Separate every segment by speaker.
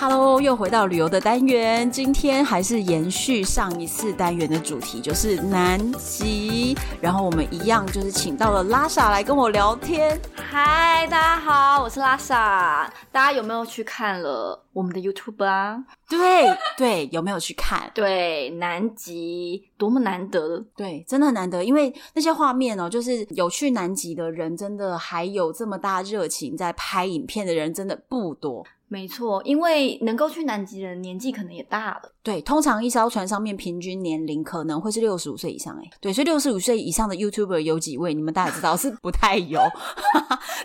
Speaker 1: Hello，又回到旅游的单元，今天还是延续上一次单元的主题，就是南极。然后我们一样就是请到了拉萨来跟我聊天。
Speaker 2: 嗨，大家好，我是拉萨。大家有没有去看了我们的 YouTube 啊？
Speaker 1: 对对，有没有去看？
Speaker 2: 对，南极多么难得！
Speaker 1: 对，真的很难得，因为那些画面哦，就是有去南极的人，真的还有这么大热情在拍影片的人，真的不多。
Speaker 2: 没错，因为能够去南极的人年纪可能也大了。
Speaker 1: 对，通常一艘船上面平均年龄可能会是六十五岁以上，哎，对，所以六十五岁以上的 YouTuber 有几位？你们大家知道 是不太有。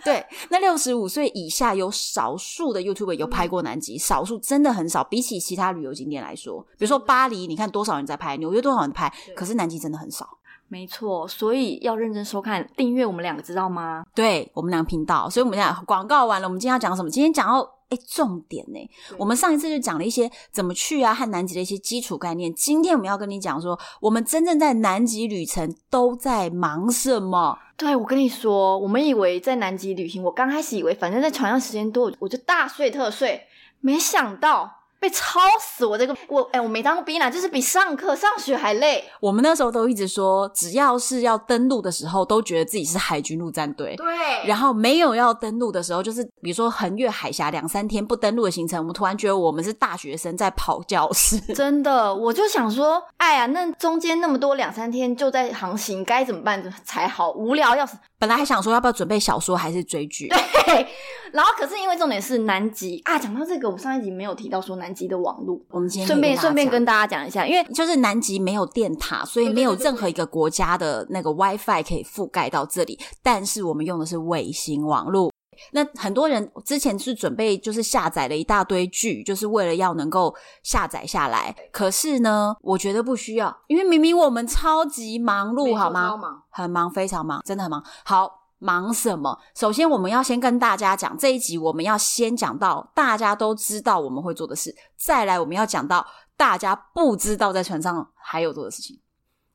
Speaker 1: 对，那六十五岁以下有少数的 YouTuber 有拍过南极，少数真的很少。比起其他旅游景点来说，比如说巴黎，你看多少人在拍，纽约多少人拍，可是南极真的很少。
Speaker 2: 没错，所以要认真收看、订阅我们两个，知道吗？
Speaker 1: 对我们两个频道，所以我们俩广告完了，我们今天要讲什么？今天讲到。哎，重点呢、欸？我们上一次就讲了一些怎么去啊，和南极的一些基础概念。今天我们要跟你讲说，我们真正在南极旅程都在忙什么。
Speaker 2: 对，我跟你说，我们以为在南极旅行，我刚开始以为反正在船上时间多，我就大睡特睡，没想到。被超死！我这个我哎、欸，我没当过兵啦，就是比上课上学还累。
Speaker 1: 我们那时候都一直说，只要是要登陆的时候，都觉得自己是海军陆战队。
Speaker 2: 对。
Speaker 1: 然后没有要登陆的时候，就是比如说横越海峡两三天不登陆的行程，我们突然觉得我们是大学生在跑教室。
Speaker 2: 真的，我就想说，哎呀，那中间那么多两三天就在航行，该怎么办才好？无聊要死。
Speaker 1: 本来还想说要不要准备小说还是追剧。
Speaker 2: 对。然后可是因为重点是南极啊，讲到这个，我们上一集没有提到说南。极的网络，
Speaker 1: 我们今天
Speaker 2: 顺便顺便跟大家讲一下，因为
Speaker 1: 就是南极没有电塔，所以没有任何一个国家的那个 WiFi 可以覆盖到这里，但是我们用的是卫星网络。那很多人之前是准备就是下载了一大堆剧，就是为了要能够下载下来。可是呢，我觉得不需要，因为明明我们超级忙碌，好吗？
Speaker 2: 忙
Speaker 1: 很忙，非常忙，真的很忙。好。忙什么？首先，我们要先跟大家讲这一集，我们要先讲到大家都知道我们会做的事，再来我们要讲到大家不知道在船上还有做的事情。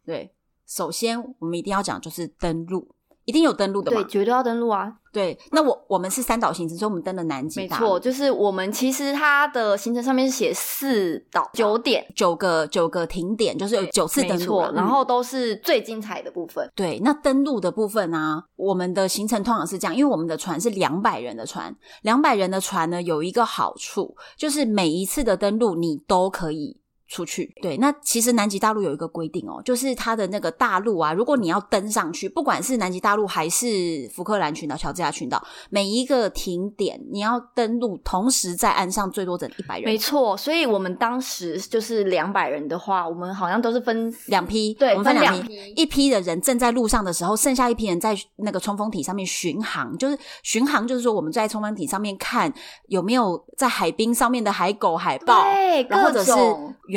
Speaker 1: 对，首先我们一定要讲就是登陆，一定有登陆的嘛，
Speaker 2: 对，绝对要登陆啊。
Speaker 1: 对，那我我们是三岛行程，所以我们登了南极。
Speaker 2: 没错，就是我们其实它的行程上面是写四岛九点
Speaker 1: 九个九个停点，就是有九次登陆，嗯
Speaker 2: 然后都是最精彩的部分。
Speaker 1: 对，那登陆的部分啊，我们的行程通常是这样，因为我们的船是两百人的船，两百人的船呢有一个好处，就是每一次的登陆你都可以。出去对，那其实南极大陆有一个规定哦，就是它的那个大陆啊，如果你要登上去，不管是南极大陆还是福克兰群岛、乔治亚群岛，每一个停点你要登陆，同时在岸上最多整一百人。
Speaker 2: 没错，所以我们当时就是两百人的话，我们好像都是分
Speaker 1: 两批，
Speaker 2: 对，
Speaker 1: 我们分
Speaker 2: 两
Speaker 1: 批，一批的人正在路上的时候，剩下一批人在那个冲锋艇上面巡航，就是巡航，就是说我们在冲锋艇上面看有没有在海冰上面的海狗、海豹，
Speaker 2: 对，
Speaker 1: 然后或者是。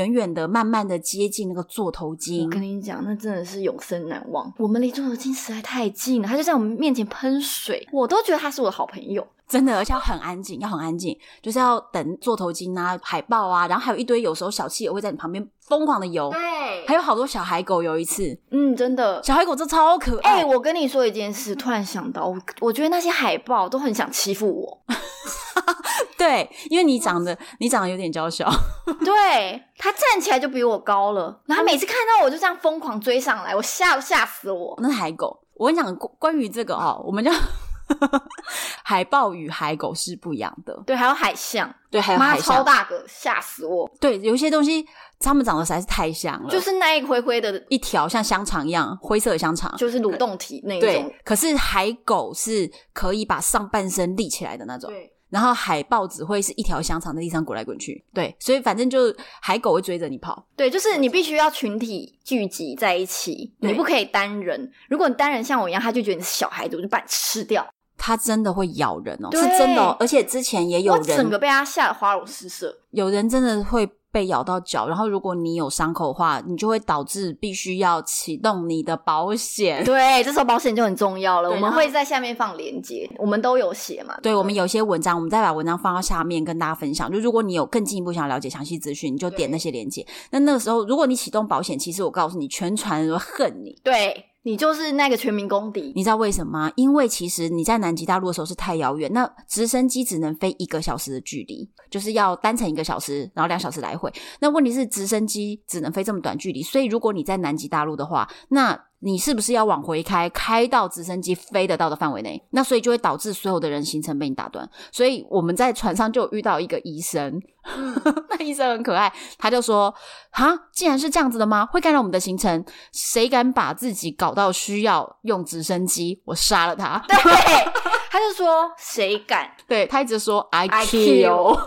Speaker 1: 远远的、慢慢的接近那个座头鲸，
Speaker 2: 我跟你讲，那真的是永生难忘。我们离座头鲸实在太近了，它就在我们面前喷水，我都觉得它是我的好朋友。
Speaker 1: 真的，而且要很安静，要很安静，就是要等座头鲸啊、海豹啊，然后还有一堆有时候小企鹅会在你旁边疯狂的游，
Speaker 2: 对，
Speaker 1: 还有好多小海狗。有一次，
Speaker 2: 嗯，真的，
Speaker 1: 小海狗这超可爱。
Speaker 2: 哎、欸，我跟你说一件事，突然想到，我我觉得那些海豹都很想欺负我。
Speaker 1: 对，因为你长得你长得有点娇小，
Speaker 2: 对他站起来就比我高了，然后每次看到我就这样疯狂追上来，我吓吓死我。
Speaker 1: 那海狗，我跟你讲，关于这个哦，我们叫 海豹与海狗是不一样的，
Speaker 2: 对，还有海象，
Speaker 1: 对，还有海象
Speaker 2: 超大个，吓死我。
Speaker 1: 对，有些东西它们长得实在是太像了，
Speaker 2: 就是那一灰灰的
Speaker 1: 一条像香肠一样灰色的香肠，
Speaker 2: 就是蠕动体那一
Speaker 1: 种。对，可是海狗是可以把上半身立起来的那种。
Speaker 2: 对。
Speaker 1: 然后海豹只会是一条香肠在地上滚来滚去，对，所以反正就海狗会追着你跑，
Speaker 2: 对，就是你必须要群体聚集在一起，你不可以单人。如果你单人像我一样，他就觉得你是小孩子，我就把你吃掉。
Speaker 1: 它真的会咬人哦，是真的、哦，而且之前也有人
Speaker 2: 整个被它吓得花容失色，
Speaker 1: 有人真的会被咬到脚，然后如果你有伤口的话，你就会导致必须要启动你的保险。
Speaker 2: 对，这时候保险就很重要了。
Speaker 1: 对
Speaker 2: 我们
Speaker 1: 然后
Speaker 2: 会在下面放链接，我们都有写嘛。
Speaker 1: 对我们有些文章，我们再把文章放到下面跟大家分享。就如果你有更进一步想了解详细资讯，你就点那些链接。那那个时候，如果你启动保险，其实我告诉你，全船人会恨你。
Speaker 2: 对你就是那个全民公敌，
Speaker 1: 你知道为什么吗？因为其实你在南极大陆的时候是太遥远，那直升机只能飞一个小时的距离，就是要单程一个小时，然后两小时来回。那问题是直升机只能飞这么短距离，所以如果你在南极大陆的话，那你是不是要往回开，开到直升机飞得到的范围内？那所以就会导致所有的人行程被你打断。所以我们在船上就有遇到一个医生， 那医生很可爱，他就说：“哈，既然是这样子的吗？会干扰我们的行程，谁敢把自己搞到需要用直升机，我杀了他。
Speaker 2: 对，他就说谁敢
Speaker 1: 对他一直说 I
Speaker 2: I
Speaker 1: kill，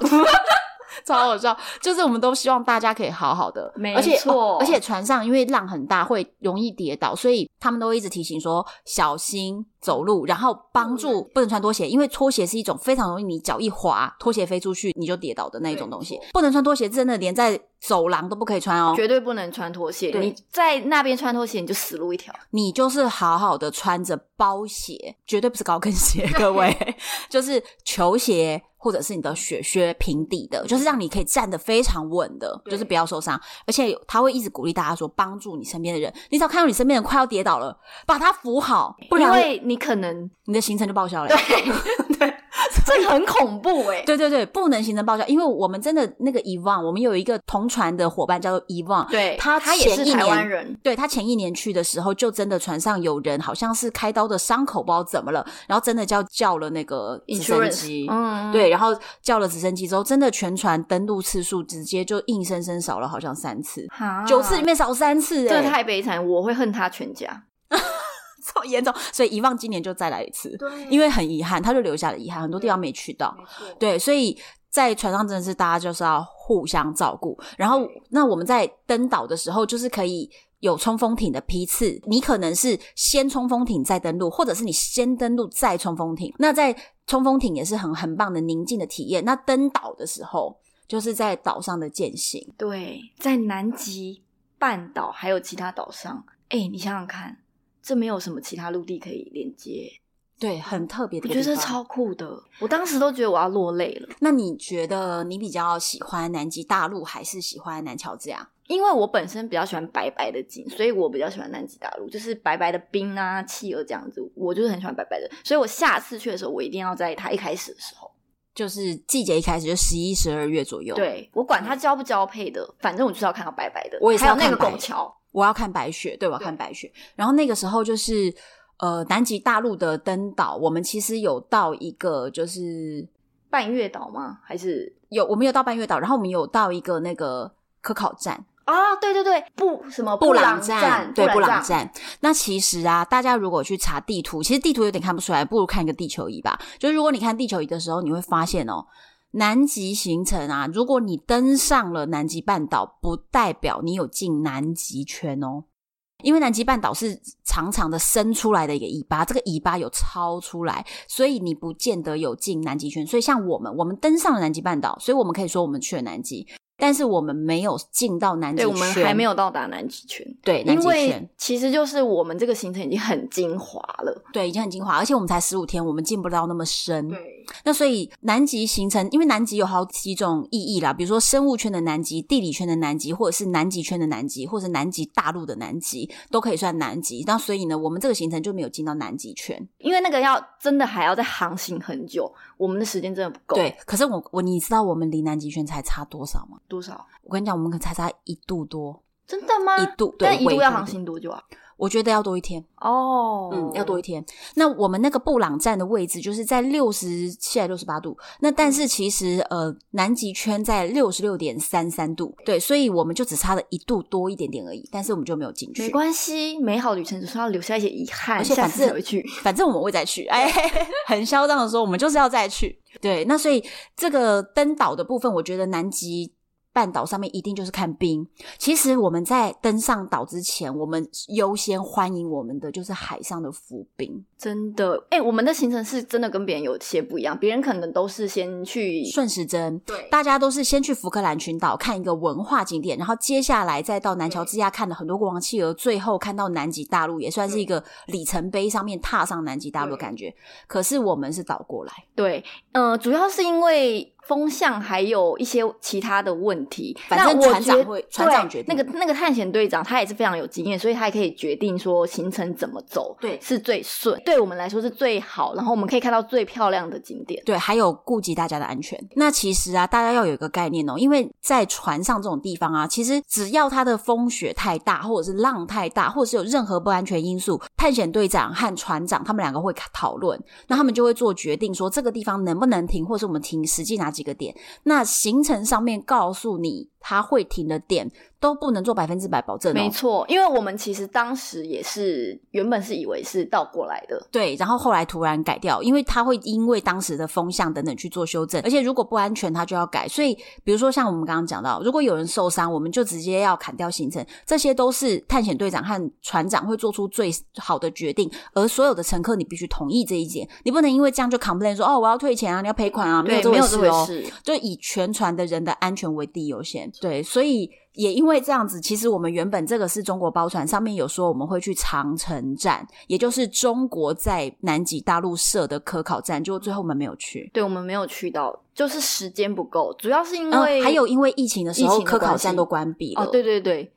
Speaker 1: 超好笑。就是我们都希望大家可以好好的，
Speaker 2: 没
Speaker 1: 而且
Speaker 2: 错
Speaker 1: 而且船上因为浪很大，会容易跌倒，所以他们都会一直提醒说小心走路，然后帮助
Speaker 2: 嗯
Speaker 1: 不能穿拖鞋，因为拖鞋是一种非常容易你脚一滑，拖鞋飞出去你就跌倒的那一种
Speaker 2: 对
Speaker 1: 东西
Speaker 2: 没错。
Speaker 1: 不能穿拖鞋，真的连在走廊都不可以穿哦。
Speaker 2: 绝对不能穿拖鞋。
Speaker 1: 对
Speaker 2: 你在那边穿拖鞋，你就死路一条。
Speaker 1: 你就是好好的穿着包鞋，绝对不是高跟鞋，各位，就是球鞋或者是你的雪靴平底的，就是让你可以站得非常稳的，
Speaker 2: 对
Speaker 1: 就是不要受伤。而且他会一直鼓励大家说，帮助你身边的人，你只要看到你身边人快要跌倒了，把他扶好，不
Speaker 2: 因
Speaker 1: 然
Speaker 2: 为你可 能
Speaker 1: 你的行程就报销了
Speaker 2: 对。对，这个很恐怖哎、
Speaker 1: 对对对，不能行程报销，因为我们真的那个遗忘，我们有一个同船的伙伴叫做遗忘，
Speaker 2: 对，
Speaker 1: 他
Speaker 2: 他也是
Speaker 1: 前一
Speaker 2: 台湾
Speaker 1: 年
Speaker 2: 人，
Speaker 1: 对他前一年去的时候，就真的船上有人好像是开刀的伤口，不知道怎么了，然后真的叫叫了那个直升
Speaker 2: Insurance，
Speaker 1: 机。
Speaker 2: 嗯，
Speaker 1: 对，然后叫了直升机之后，真的全船登陆次数直接就硬生生少了，好像三次，
Speaker 2: 哈
Speaker 1: 九、次里面少三次、
Speaker 2: 这
Speaker 1: 欸，
Speaker 2: 啊 太悲惨，我会恨他全家。
Speaker 1: 超严重。所以遗忘今年就再来一次，
Speaker 2: 对
Speaker 1: 因为很遗憾，他就留下了遗憾，很多地方没去到。对，所以在船上真的是大家就是要互相照顾。然后
Speaker 2: 对，
Speaker 1: 那我们在登岛的时候，就是可以有冲锋艇的批次，你可能是先冲锋艇再登陆，或者是你先登陆再冲锋艇。那在冲锋艇也是很很棒的宁静的体验。那登岛的时候，就是在岛上的践行，
Speaker 2: 对，在南极半岛还有其他岛上，哎、你想想看，这没有什么其他陆地可以连接，
Speaker 1: 对，很特别
Speaker 2: 我
Speaker 1: 的一
Speaker 2: 觉
Speaker 1: 个
Speaker 2: 得
Speaker 1: 地
Speaker 2: 这
Speaker 1: 方。
Speaker 2: 超酷的。我当时都觉得我要落泪了，
Speaker 1: 那你觉得你比较喜欢南极大陆，还是喜欢南乔治亚？
Speaker 2: 因为我本身比较喜欢白白的景，所以我比较喜欢南极大陆，就是白白的冰啊、企鹅这样子，我就是很喜欢白白的。所以我下次去的时候，我一定要在它一开始的时候，
Speaker 1: 就是季节一开始就十一、十二月左右。，
Speaker 2: 对我管它交不交配的，反正我就是要看到白白的。
Speaker 1: 我也是
Speaker 2: 还有
Speaker 1: 要
Speaker 2: 那个
Speaker 1: 看白
Speaker 2: 拱桥，
Speaker 1: 我要看白雪，对，我要看白雪。然后那个时候就是呃，南极大陆的登岛，我们其实有到一个就是
Speaker 2: 半月岛吗？还是
Speaker 1: 有我们有到半月岛，然后我们有到一个那个科考站
Speaker 2: 啊，对对对，哦布什么朗
Speaker 1: 对
Speaker 2: 布
Speaker 1: 布
Speaker 2: 朗
Speaker 1: 朗，站。那其实啊，大家如果去查地图，其实地图有点看不出来，不如看个地球仪吧。就是如果你看地球仪的时候，你会发现哦。南极行程啊，如果你登上了南极半岛，不代表你有进南极圈哦。因为南极半岛是长长的伸出来的一个尾巴，这个尾巴有超出来，所以你不见得有进南极圈。所以像我们，我们登上了南极半岛，所以我们可以说我们去了南极，但是我们没有进到南极
Speaker 2: 对
Speaker 1: 圈，
Speaker 2: 我们还没有到达南极圈。
Speaker 1: 对南
Speaker 2: 因
Speaker 1: 极
Speaker 2: 为
Speaker 1: 圈，
Speaker 2: 其实就是我们这个行程已经很精华了，
Speaker 1: 对已经很精华，而且我们才十五天，我们进不到那么深。
Speaker 2: 对，
Speaker 1: 那所以南极形成，因为南极有好几种意义啦，比如说生物圈的南极、地理圈的南极，或者是南极圈的南极，或者是南极大陆的南极，都可以算南极。那所以呢，我们这个行程就没有进到南极圈。
Speaker 2: 因为那个要真的还要再航行很久，我们的时间真的不够，，
Speaker 1: 对，可是我我你知道我们离南极圈才差多少吗？
Speaker 2: 多少？
Speaker 1: 我跟你讲，我们才差一度多，
Speaker 2: 真的吗？
Speaker 1: 一度对
Speaker 2: 但一度
Speaker 1: 纬
Speaker 2: 要
Speaker 1: 度
Speaker 2: 航行多久啊？
Speaker 1: 我觉得要多一天，
Speaker 2: 哦，
Speaker 1: 嗯，要多一天。那我们那个布朗站的位置就是在六十七还六十八度，那但
Speaker 2: 嗯
Speaker 1: 是其实呃，南极圈在六十六点三三度，对，所以我们就只差了一度多一点点而已，但是我们就没有进去，
Speaker 2: 没关系，美好旅程总是要留下一些遗憾，
Speaker 1: 而且
Speaker 2: 下
Speaker 1: 反
Speaker 2: 次才
Speaker 1: 正
Speaker 2: 会去。
Speaker 1: 反正我们会再去。哎， 很嚣张的说，我们就是要再去。对，那所以这个登岛的部分，我觉得南极半岛上面一定就是看冰。其实我们在登上岛之前，我们优先欢迎我们的就是海上的浮冰，
Speaker 2: 真的，哎、我们的行程是真的跟别人有些不一样，别人可能都是先去
Speaker 1: 顺时针。
Speaker 2: 对
Speaker 1: 大家都是先去福克兰群岛看一个文化景点，然后接下来再到南乔治亚看了很多国王企鹅，最后看到南极大陆，也算是一个里程碑上面踏上南极大陆的
Speaker 2: 对
Speaker 1: 感觉。可是我们是倒过来，
Speaker 2: 对，呃，主要是因为风向还有一些其他的问题。
Speaker 1: 反
Speaker 2: 那
Speaker 1: 正
Speaker 2: 我
Speaker 1: 船长
Speaker 2: 觉
Speaker 1: 会船长
Speaker 2: 对
Speaker 1: 决定
Speaker 2: 那个那个探险队长他也是非常有经验，所以他也可以决定说行程怎么走，
Speaker 1: 对
Speaker 2: 是最顺，对我们来说是最好，然后我们可以看到最漂亮的景点。
Speaker 1: 对，还有顾及大家的安全。那其实啊，大家要有一个概念哦，因为在船上这种地方啊，其实只要它的风雪太大，或者是浪太大，或者是有任何不安全因素，探险队长和船长他们两个会讨论，那他们就会做决定说这个地方能不能停，或是我们停实际哪几个点。那行程上面告诉你它会停的点，都不能做百分之百保证哦。
Speaker 2: 没错，因为我们其实当时也是原本是以为是倒过来的，
Speaker 1: 对，然后后来突然改掉，因为它会因为当时的风向等等去做修正，而且如果不安全，它就要改。所以，比如说像我们刚刚讲到，如果有人受伤，我们就直接要砍掉行程，这些都是探险队长和船长会做出最好的决定，而所有的乘客你必须同意这一点，你不能因为这样就 complain 说哦我要退钱啊，你要赔款啊，没有
Speaker 2: 对，没有
Speaker 1: 这
Speaker 2: 这
Speaker 1: 回
Speaker 2: 回
Speaker 1: 事哦。
Speaker 2: 事。
Speaker 1: 就以全船的人的安全为第一优先。对，所以也因为这样子，其实我们原本这个是中国包船，上面有说我们会去长城站，也就是中国在南极大陆设的科考站，结果最后我们没有去。
Speaker 2: 对，我们没有去到，就是时间不够，主要是因
Speaker 1: 然后
Speaker 2: 为、
Speaker 1: 哦呃还有因为疫情的时
Speaker 2: 疫
Speaker 1: 候，
Speaker 2: 情的
Speaker 1: 科考
Speaker 2: 关系
Speaker 1: 站都关闭了。
Speaker 2: 哦，对对对，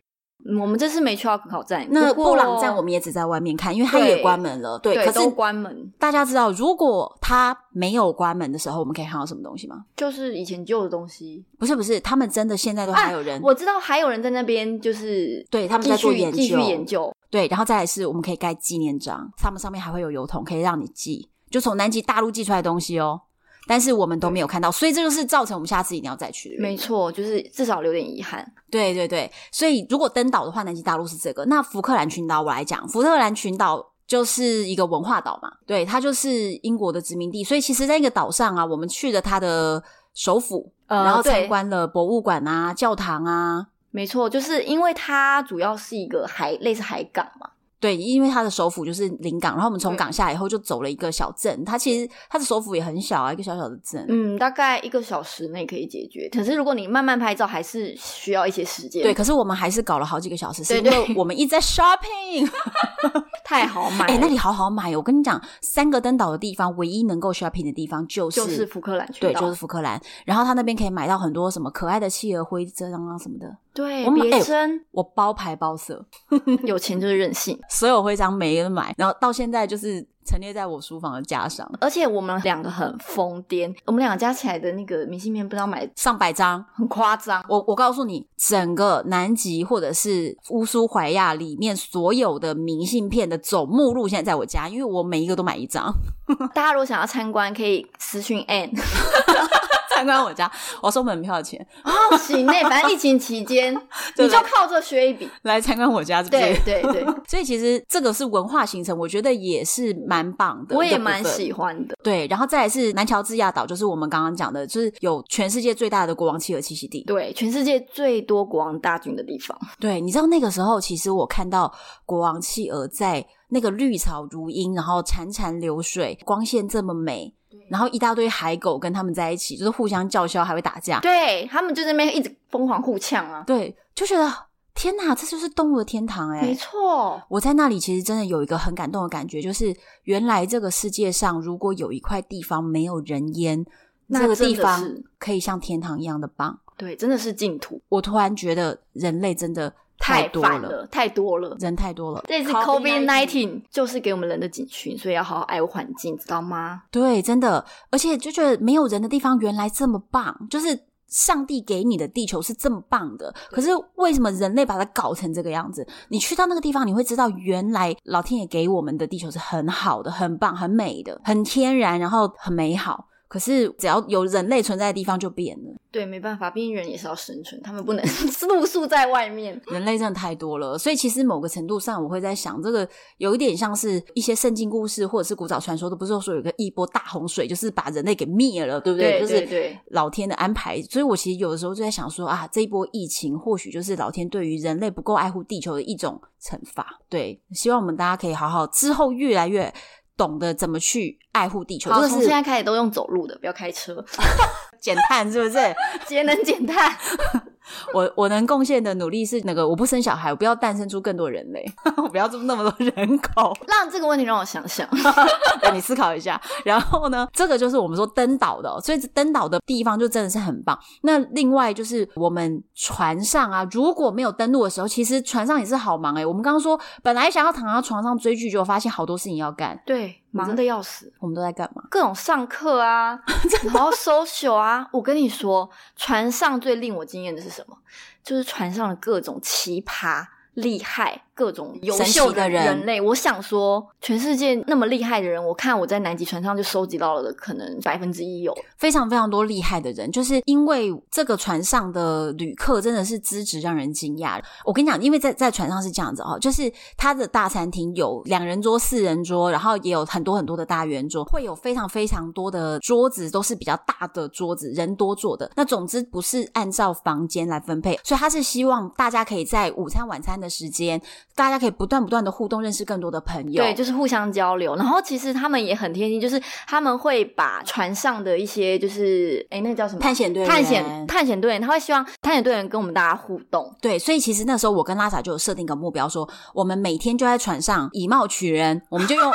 Speaker 2: 嗯我们这次没去到考站，
Speaker 1: 那
Speaker 2: 不过
Speaker 1: 布朗站我们也只在外面看，因为它也
Speaker 2: 对
Speaker 1: 关门了。对，
Speaker 2: 对
Speaker 1: 可
Speaker 2: 都
Speaker 1: 是
Speaker 2: 关门，
Speaker 1: 大家知道，如果它没有关门的时候，我们可以看到什么东西吗？
Speaker 2: 就是以前旧的东西。
Speaker 1: 不是不是，他们真的现在都还有人，
Speaker 2: 啊我知道还有人在那边就是
Speaker 1: 嗯对他们
Speaker 2: 继
Speaker 1: 在做
Speaker 2: 续
Speaker 1: 研
Speaker 2: 继续
Speaker 1: 究
Speaker 2: 研究，
Speaker 1: 对，然后再来是我们可以盖纪念章，他们上面还会有邮筒可以让你寄，就从南极大陆寄出来的东西哦。但是我们都没有看到，所以这就是造成我们下次一定要再去的原因。
Speaker 2: 没错，就是至少留点遗憾。
Speaker 1: 对对对，所以如果登岛的话，南极大陆是这个。那福克兰群岛，我来讲，福克兰群岛就是一个文化岛嘛，对，它就是英国的殖民地，所以其实在那个岛上啊，我们去了它的首府，
Speaker 2: 呃
Speaker 1: 然后参
Speaker 2: 对
Speaker 1: 观了博物馆啊、教堂啊。
Speaker 2: 没错，就是因为它主要是一个海类似海港嘛，
Speaker 1: 对，因为它的首府就是临港，然后我们从
Speaker 2: 对
Speaker 1: 港下来以后就走了一个小镇，它其实它的首府也很小啊，一个小小的镇。
Speaker 2: 嗯，大概一个小时内可以解决。可是如果你慢慢拍照，还是需要一些时间，
Speaker 1: 对，，可是我们还是搞了好几个小时，是
Speaker 2: 对
Speaker 1: 因为
Speaker 2: 对
Speaker 1: 我们一直在 shopping。
Speaker 2: 太好 买
Speaker 1: 哎、
Speaker 2: 了。
Speaker 1: 那里好好买哦！我跟你讲，三个登岛的地方，唯一能够 shopping 的地方就是
Speaker 2: 就是福克兰群
Speaker 1: 对，
Speaker 2: 岛
Speaker 1: 就是福克兰。然后他那边可以买到很多什么可爱的企鹅徽章啊什么的，
Speaker 2: 对，
Speaker 1: 我买哎
Speaker 2: 别针、
Speaker 1: 我包牌包色，
Speaker 2: 有钱就是任性。
Speaker 1: 所有徽章没人买，然后到现在就是陈列在我书房的架上，
Speaker 2: 而且我们两个很疯癫，我们两个加起来的那个明信片不知道买
Speaker 1: 上百张。
Speaker 2: 很夸张，
Speaker 1: 我我告诉你，整个南极或者是乌苏怀亚里面所有的明信片的总目录现在在我家，因为我每一个都买一张。
Speaker 2: 大家如果想要参观，可以私 讯 N
Speaker 1: 参观我家，我收门票钱
Speaker 2: 啊，行呢，反正疫情期 间你就靠这学一笔，
Speaker 1: 来参观我家是不
Speaker 2: 对
Speaker 1: 是？
Speaker 2: 对 对，
Speaker 1: 所以其实这个是文化行程，我觉得也是蛮棒的一个部分。
Speaker 2: 我也蛮喜欢的，
Speaker 1: 对，然后再来是南乔治亚岛，就是我们刚刚讲的，就是有全世界最大的国王企鹅栖息地。
Speaker 2: 对，全世界最多国王大军的地 方，
Speaker 1: 对，你知道那个时候，其实我看到国王企鹅在那个绿草如茵，然后潺潺流水，光线这么美，然后一大堆海狗跟他们在一起，就是互相叫嚣，还会打架。
Speaker 2: 对他们就在那边一直疯狂互呛啊，
Speaker 1: 对，就觉得天哪，这就是动物的天堂哎、
Speaker 2: 没错，
Speaker 1: 我在那里其实真的有一个很感动的感觉，就是原来这个世界上如果有一块地方没有人烟，
Speaker 2: 那
Speaker 1: 这个
Speaker 2: 真
Speaker 1: 地
Speaker 2: 的
Speaker 1: 方
Speaker 2: 是
Speaker 1: 可以像天堂一样的棒。
Speaker 2: 对，真的是净土，
Speaker 1: 我突然觉得人类真的
Speaker 2: 太
Speaker 1: 多
Speaker 2: 烦了，太多了。
Speaker 1: 人太多了。
Speaker 2: 这次 COVID nineteen 就是给我们人的警讯，所以要好好爱护环境，知道吗？
Speaker 1: 对，真的，而且就觉得没有人的地方原来这么棒，就是上帝给你的地球是这么棒的。可是为什么人类把它搞成这个样子？你去到那个地方，你会知道原来老天爷给我们的地球是很好的、很棒、很美的、很天然，然后很美好。可是只要有人类存在的地方就变了，
Speaker 2: 对，没办法，毕竟人也是要生存，他们不能 露宿在外面。
Speaker 1: 人类真的太多了。所以其实某个程度上，我会在想，这个有一点像是一些圣经故事或者是古早传说，都不是说有一个一波大洪水，就是把人类给灭了，对不
Speaker 2: 对
Speaker 1: 就
Speaker 2: 对
Speaker 1: 是
Speaker 2: 对，
Speaker 1: 老天的安排。所以我其实有的时候就在想说啊，这一波疫情或许就是老天对于人类不够爱护地球的一种惩罚。对，希望我们大家可以好好之后越来越懂得怎么去爱护地球，
Speaker 2: 好，
Speaker 1: 这
Speaker 2: 从现
Speaker 1: 是
Speaker 2: 在开始都用走路的，不要开车，
Speaker 1: 减 碳是不是？
Speaker 2: 节能减碳。
Speaker 1: 我我能贡献的努力是那个我不生小孩，我不要诞生出更多人类，我 不要这么那么多人口。
Speaker 2: 让这个问题让我想想，
Speaker 1: 让你思考一下。然后呢，这个就是我们说登岛的哦、所以登岛的地方就真的是很棒。那另外就是我们船上啊，如果没有登陆的时候，其实船上也是好忙诶、欸我们刚刚说本来想要躺在床上追剧，结果发现好多事情要干，
Speaker 2: 对，忙的要死，
Speaker 1: 我们都在干嘛？
Speaker 2: 各种上课 啊，然后 social 啊。我跟你说，船上最令我惊艳的是什么？就是船上的各种奇葩、厉害、各种优秀
Speaker 1: 神奇的人
Speaker 2: 人类。我想说，全世界那么厉害的人，我看我在南极船上就收集到了可能百分之一有。
Speaker 1: 非常非常多厉害的人，就是因为这个船上的旅客真的是资质让人惊讶。我跟你讲，因为在在船上是这样子哦，就是它的大餐厅有两人桌、四人桌，然后也有很多很多的大圆桌，会有非常非常多的桌子，都是比较大的桌子，人多坐的。那总之不是按照房间来分配，所以他是希望大家可以在午餐、晚餐的时间，大家可以不断不断的互动，认识更多的朋友。
Speaker 2: 对，就是互相交流。然后其实他们也很贴心，就是他们会把船上的一些，就是哎，那叫什么？
Speaker 1: 探险队员
Speaker 2: 探险探险队员，他会希望探险队员跟我们大家互动。
Speaker 1: 对，所以其实那时候我跟拉萨就有设定一个目标说，我们每天就在船上以貌取人，我们就 用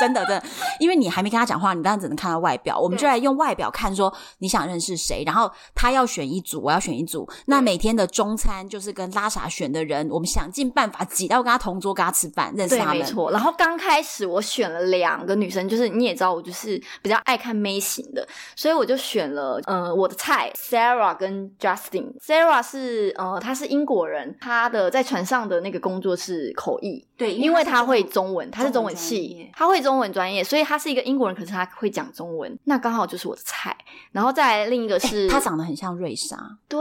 Speaker 1: 真的真的，因为你还没跟他讲话，你当然只能看他外表，我们就来用外表看说你想认识谁，然后他要选一组，我要选一组，那
Speaker 2: 对
Speaker 1: 每天的中餐就是跟拉萨选的人，我们想尽办法挤到跟他同桌，跟他吃饭，认识
Speaker 2: 对，
Speaker 1: 他
Speaker 2: 没
Speaker 1: 们。
Speaker 2: 错。然后刚开始我选了两个女生，就是你也知道我就是比较爱看妹型的，所以我就选了呃我的菜 Sarah 跟 Justin。Sarah 是呃她是英国人，她的在船上的那个工作是口译，
Speaker 1: 对，
Speaker 2: 因为他会中文，他是
Speaker 1: 中
Speaker 2: 中文
Speaker 1: 文专
Speaker 2: 系
Speaker 1: 业，
Speaker 2: 他会中文专业，所以他是一个英国人，可是他会讲中文，那刚好就是我的菜。然后再来另一个是，
Speaker 1: 他长得很像瑞莎，
Speaker 2: 对，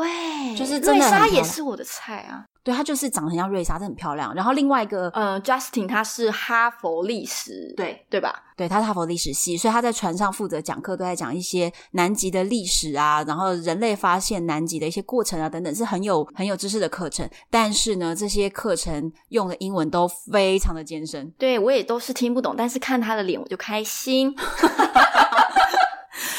Speaker 1: 就是真
Speaker 2: 瑞
Speaker 1: 的很漂
Speaker 2: 莎
Speaker 1: 亮
Speaker 2: 也是我的菜啊。
Speaker 1: 对他就是长得很像瑞莎，真的很漂亮。然后另外一个，
Speaker 2: 呃，Justin 他是哈佛历史，
Speaker 1: 对
Speaker 2: 对吧？
Speaker 1: 对，他是哈佛历史系，所以他在船上负责讲课，都在讲一些南极的历史啊，然后人类发现南极的一些过程啊等等，是很有很有知识的课程。但是呢，这些课程用的英文都非常的艰深，
Speaker 2: 对我也都是听不懂，但是看他的脸我就开心。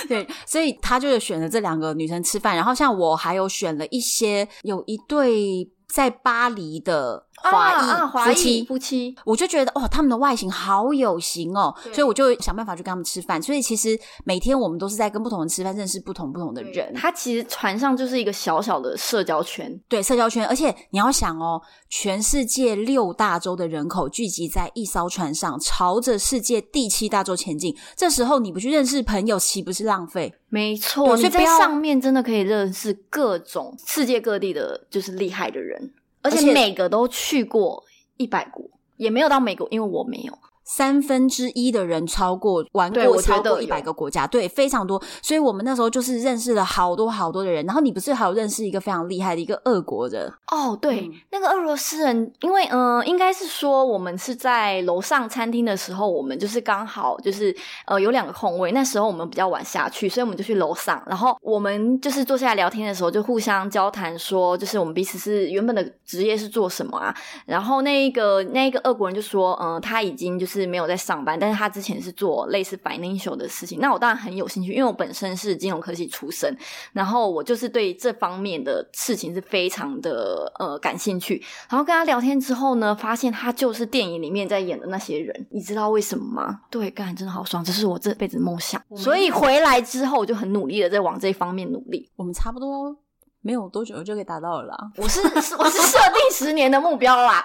Speaker 1: 对，所以他就选了这两个女生吃饭。然后像我还有选了一些，有一对在巴黎的华裔
Speaker 2: 啊啊，华
Speaker 1: 夫
Speaker 2: 裔
Speaker 1: 妻，
Speaker 2: 夫妻，
Speaker 1: 我就觉得哦，他们的外形好有型哦，
Speaker 2: 对
Speaker 1: 所以我就想办法去跟他们吃饭。所以其实每天我们都是在跟不同人吃饭，认识不同不同的人。
Speaker 2: 他其实船上就是一个小小的社交圈，
Speaker 1: 对社交圈，而且你要想哦，全世界六大洲的人口聚集在一艘船上，朝着世界第七大洲前进。这时候你不去认识朋友，岂不是浪费？
Speaker 2: 没
Speaker 1: 对
Speaker 2: 错，
Speaker 1: 你
Speaker 2: 所以
Speaker 1: 不
Speaker 2: 在
Speaker 1: 要
Speaker 2: 上面真的可以认识各种世界各地的，就是厉害的人，
Speaker 1: 而
Speaker 2: 而
Speaker 1: 且
Speaker 2: 且每个都去过一百国，也没有到美国，因为我没有。
Speaker 1: 三分之一的人超过玩
Speaker 2: 对
Speaker 1: 过
Speaker 2: 我觉
Speaker 1: 超
Speaker 2: 得
Speaker 1: 过一
Speaker 2: 有
Speaker 1: 百个国家，对，非常多。所以我们那时候就是认识了好多好多的人。然后你不是还有认识一个非常厉害的一个俄国人？
Speaker 2: 哦，对，
Speaker 1: 嗯
Speaker 2: 那个俄罗斯人，因为嗯、呃应该是说我们是在楼上餐厅的时候，我们就是刚好就是呃有两个空位，那时候我们比较晚下去，所以我们就去楼上，然后我们就是坐下来聊天的时候，就互相交谈说，就是我们彼此是原本的职业是做什么啊，然后那个那个俄国人就说，嗯、他已经就是没有在上班，但是他之前是做类似 financial 的事情。那我当然很有兴趣，因为我本身是金融科技出身，然后我就是对这方面的事情是非常的呃感兴趣。然后跟他聊天之后呢，发现他就是电影里面在演的那些人，你知道为什么吗？对，干真的好爽，这是我这辈子梦想。所以回来之后，我就很努力的在往这方面努力。
Speaker 1: 我们差不多没有多久就可以达到了啦。
Speaker 2: 我是是我是设定十年的目标啦，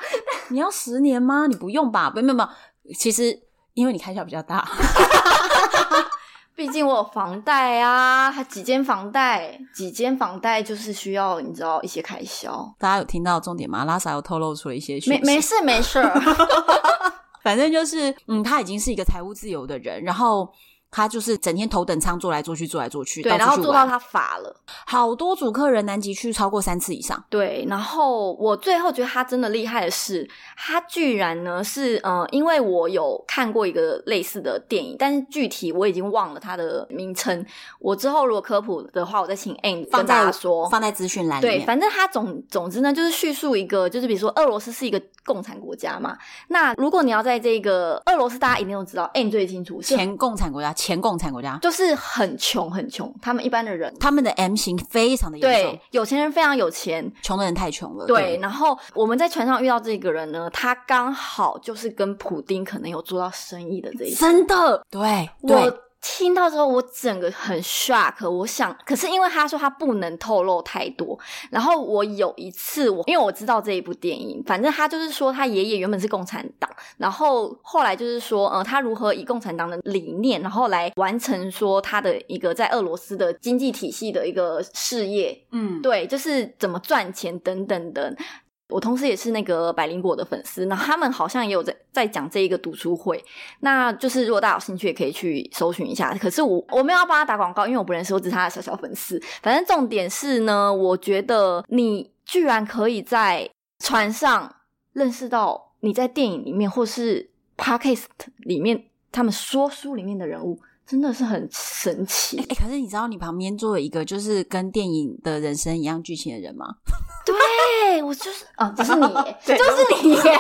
Speaker 1: 你要十年吗？你不用吧？没有没有没有，其实因为你开销比较大。
Speaker 2: 毕竟我有房贷啊，还几间房贷，几间房贷就是需要你知道一些开销。
Speaker 1: 大家有听到重点吗？拉萨又透露出了一些讯
Speaker 2: 没
Speaker 1: 息，
Speaker 2: 没事没事，
Speaker 1: 反正就是，嗯，他已经是一个财务自由的人，然后。他就是整天头等舱坐来坐去，坐来坐去，
Speaker 2: 对，
Speaker 1: 到处
Speaker 2: 然后
Speaker 1: 去
Speaker 2: 做到
Speaker 1: 玩
Speaker 2: 他乏了。
Speaker 1: 好多组客人南极去超过三次以上，
Speaker 2: 对，然后我最后觉得他真的厉害的是，他居然呢是呃，因为我有看过一个类似的电影，但是具体我已经忘了它的名称。我之后如果科普的话，我再请 a n
Speaker 1: 放
Speaker 2: 跟大
Speaker 1: 在
Speaker 2: 家说。
Speaker 1: 放在资讯栏里
Speaker 2: 对，
Speaker 1: 面。
Speaker 2: 反正他总总之呢，就是叙述一个，就是比如说俄罗斯是一个共产国家嘛。那如果你要在这个俄罗斯，大家一定都知道 a n 最清楚，是
Speaker 1: 前共产国家，前共产国家，
Speaker 2: 就是很穷很穷，他们一般的人。
Speaker 1: 他们的 M 型非常的严
Speaker 2: 对
Speaker 1: 重，，
Speaker 2: 有钱人非常有钱，
Speaker 1: 穷的人太穷了。
Speaker 2: 对，，然后我们在船上遇到这个人呢，他刚好就是跟普丁可能有做到生意的这一
Speaker 1: 真的，对对
Speaker 2: 我听到之后，我整个很 shock。我想，可是因为他说他不能透露太多，然后我有一次我，因为我知道这一部电影，反正他就是说他爷爷原本是共产党，然后后来就是说，呃，他如何以共产党的理念，然后来完成说他的一个在俄罗斯的经济体系的一个事业，
Speaker 1: 嗯，
Speaker 2: 对，就是怎么赚钱等等的。我同事也是那个百灵果的粉丝，那他们好像也有在在讲这一个读书会，那就是如果大家有兴趣，也可以去搜寻一下。可是我我没有要帮他打广告，因为我不认识，我只是他的小小粉丝。反正重点是呢，我觉得你居然可以在船上认识到你在电影里面或是 podcast 里面他们说书里面的人物，真的是很神奇。
Speaker 1: 哎、可是你知道你旁边坐了一个就是跟电影的人生一样剧情的人 吗？
Speaker 2: 对，我就是啊，
Speaker 1: ，
Speaker 2: 不是你耶
Speaker 1: 对
Speaker 2: 就是你 耶，对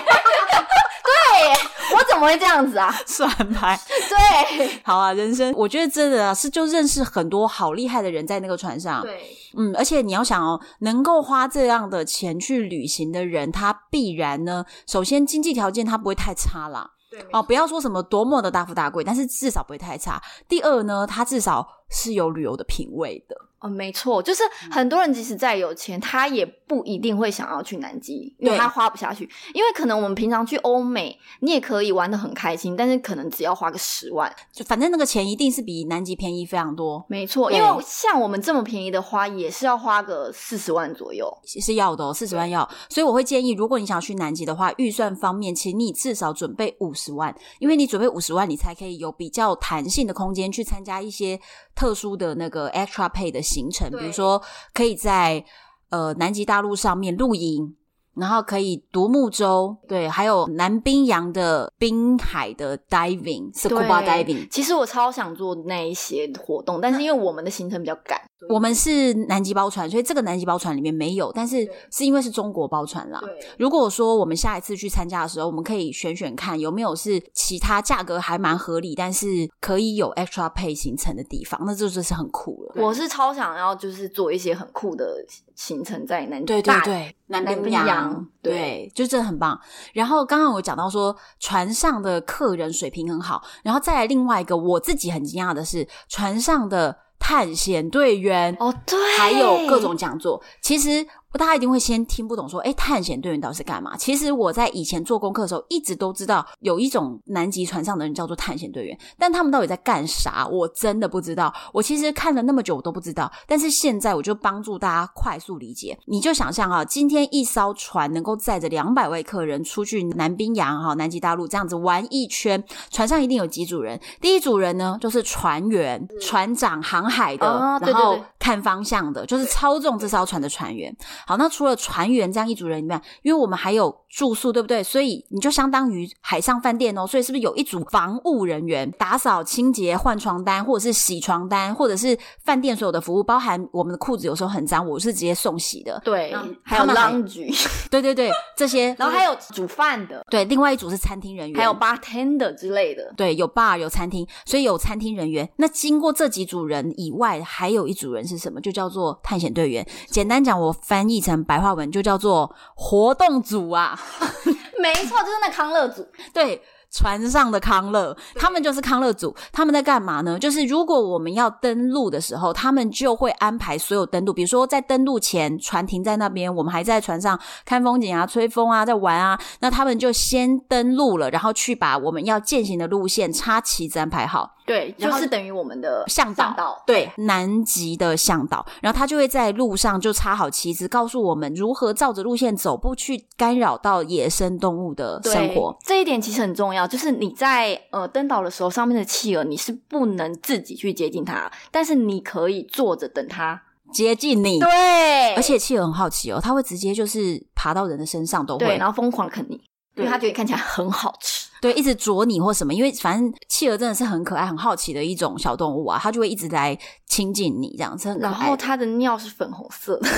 Speaker 2: 耶，我怎么会这样子啊？
Speaker 1: 算牌，
Speaker 2: 对
Speaker 1: 好啊，人生，我觉得真的啊，是就认识很多好厉害的人在那个船上。
Speaker 2: 对
Speaker 1: 嗯，而且你要想哦，能够花这样的钱去旅行的人，他必然呢，首先经济条件他不会太差啦。
Speaker 2: 对
Speaker 1: 哦，，不要说什么多么的大富大贵，但是至少不会太差。第二呢，他至少是有旅游的品味的。
Speaker 2: 哦，没错，就是
Speaker 1: 嗯
Speaker 2: 很多人即使再有钱，他也不一定会想要去南极，因为
Speaker 1: 对
Speaker 2: 他花不下去。因为可能我们平常去欧美，你也可以玩的很开心，但是可能只要花个十万。
Speaker 1: 就反正那个钱一定是比南极便宜非常多，
Speaker 2: 没错，
Speaker 1: 对
Speaker 2: 因为像我们这么便宜的花，也是要花个四十万左右。
Speaker 1: 是要的哦，四十万要。所以我会建议，如果你想去南极的话，预算方面，请你至少准备五十万，因为你准备五十万，你才可以有比较弹性的空间去参加一些特殊的那个 extra pay 的行程，
Speaker 2: 对
Speaker 1: 比如说可以在呃南极大陆上面露营。然后可以独木舟，对，还有南冰洋的滨海的 diving，scuba
Speaker 2: 对
Speaker 1: diving。
Speaker 2: 其实我超想做那一些活动，但是因为我们的行程比较赶，
Speaker 1: 我们是南极包船，所以这个南极包船里面没有，但是
Speaker 2: 对
Speaker 1: 是因为是中国包船啦。
Speaker 2: 对
Speaker 1: 如果说我们下一次去参加的时候，我们可以选选看有没有是其他价格还蛮合理，但是可以有 extra pay 行程的地方，那这就是很酷了。
Speaker 2: 我是超想要就是做一些很酷的行程在南
Speaker 1: 对对
Speaker 2: 大
Speaker 1: 对，南
Speaker 2: 南
Speaker 1: 冰
Speaker 2: 冰
Speaker 1: 洋，
Speaker 2: 洋
Speaker 1: 对，
Speaker 2: 对
Speaker 1: 就真的很棒。然后刚刚我讲到说，船上的客人水平很好，然后再来另外一个我自己很惊讶的是，船上的探险队员
Speaker 2: 哦对，
Speaker 1: 还有各种讲座。其实大家一定会先听不懂说，哎，探险队员到底是干嘛？其实我在以前做功课的时候，一直都知道有一种南极船上的人叫做探险队员，但他们到底在干啥，我真的不知道。我其实看了那么久，我都不知道。但是现在我就帮助大家快速理解。你就想象啊，今天一艘船能够载着两百位客人出去南冰洋哈、南极大陆这样子玩一圈，船上一定有几组人。第一组人呢，就是船员、船长、航海的，
Speaker 2: 嗯哦对
Speaker 1: 然后
Speaker 2: 对对
Speaker 1: 看方向的，就是操纵这艘船的船员。好，那除了船员这样一组人以外，因为我们还有住宿，对不对？所以你就相当于海上饭店哦。所以是不是有一组防务人员打扫、清洁、换床单，或者是洗床单，或者是饭店所有的服务，包含我们的裤子有时候很脏，我是直接送洗的。
Speaker 2: 对
Speaker 1: 嗯，
Speaker 2: 还有
Speaker 1: 他们还
Speaker 2: lounge，
Speaker 1: 对对对，这些，
Speaker 2: 然后还有煮饭的，
Speaker 1: 对另外一组是餐厅人员，
Speaker 2: 还有 bartender 之类的。
Speaker 1: 对，有 bar 有餐厅，所以有餐厅人员。那经过这几组人以外，还有一组人是什么？就叫做探险队员。简单讲，我翻译成白话文就叫做活动组啊。
Speaker 2: 没错，就是那康乐组，
Speaker 1: 对。船上的康乐，他们就是康乐组。他们在干嘛呢？就是如果我们要登陆的时候，他们就会安排所有登陆，比如说在登陆前，船停在那边，我们还在船上看风景啊、吹风啊、在玩啊，那他们就先登陆了，然后去把我们要践行的路线插旗子安排好。
Speaker 2: 对，就
Speaker 1: 然后
Speaker 2: 是等于我们的
Speaker 1: 向导
Speaker 2: 向导。
Speaker 1: 对，南极的向导，然后他就会在路上就插好旗子，告诉我们如何照着路线走，不去干扰到野生动物的生
Speaker 2: 对
Speaker 1: 活。，
Speaker 2: 这一点其实很重要。要，就是你在呃登岛的时候，上面的企鹅你是不能自己去接近它，但是你可以坐着等它。
Speaker 1: 接近你。
Speaker 2: 对
Speaker 1: 而且企鹅很好奇哦，它会直接就是爬到人的身上都
Speaker 2: 对，
Speaker 1: 会，
Speaker 2: 然后疯狂啃你，因
Speaker 1: 对
Speaker 2: 为它觉得你看起来很好吃。
Speaker 1: 对，一直啄你或什么，因为反正企鹅真的是很可爱、很好奇的一种小动物啊，它就会一直来亲近你这样，是很可
Speaker 2: 然
Speaker 1: 爱的。
Speaker 2: 后它的尿是粉红色 的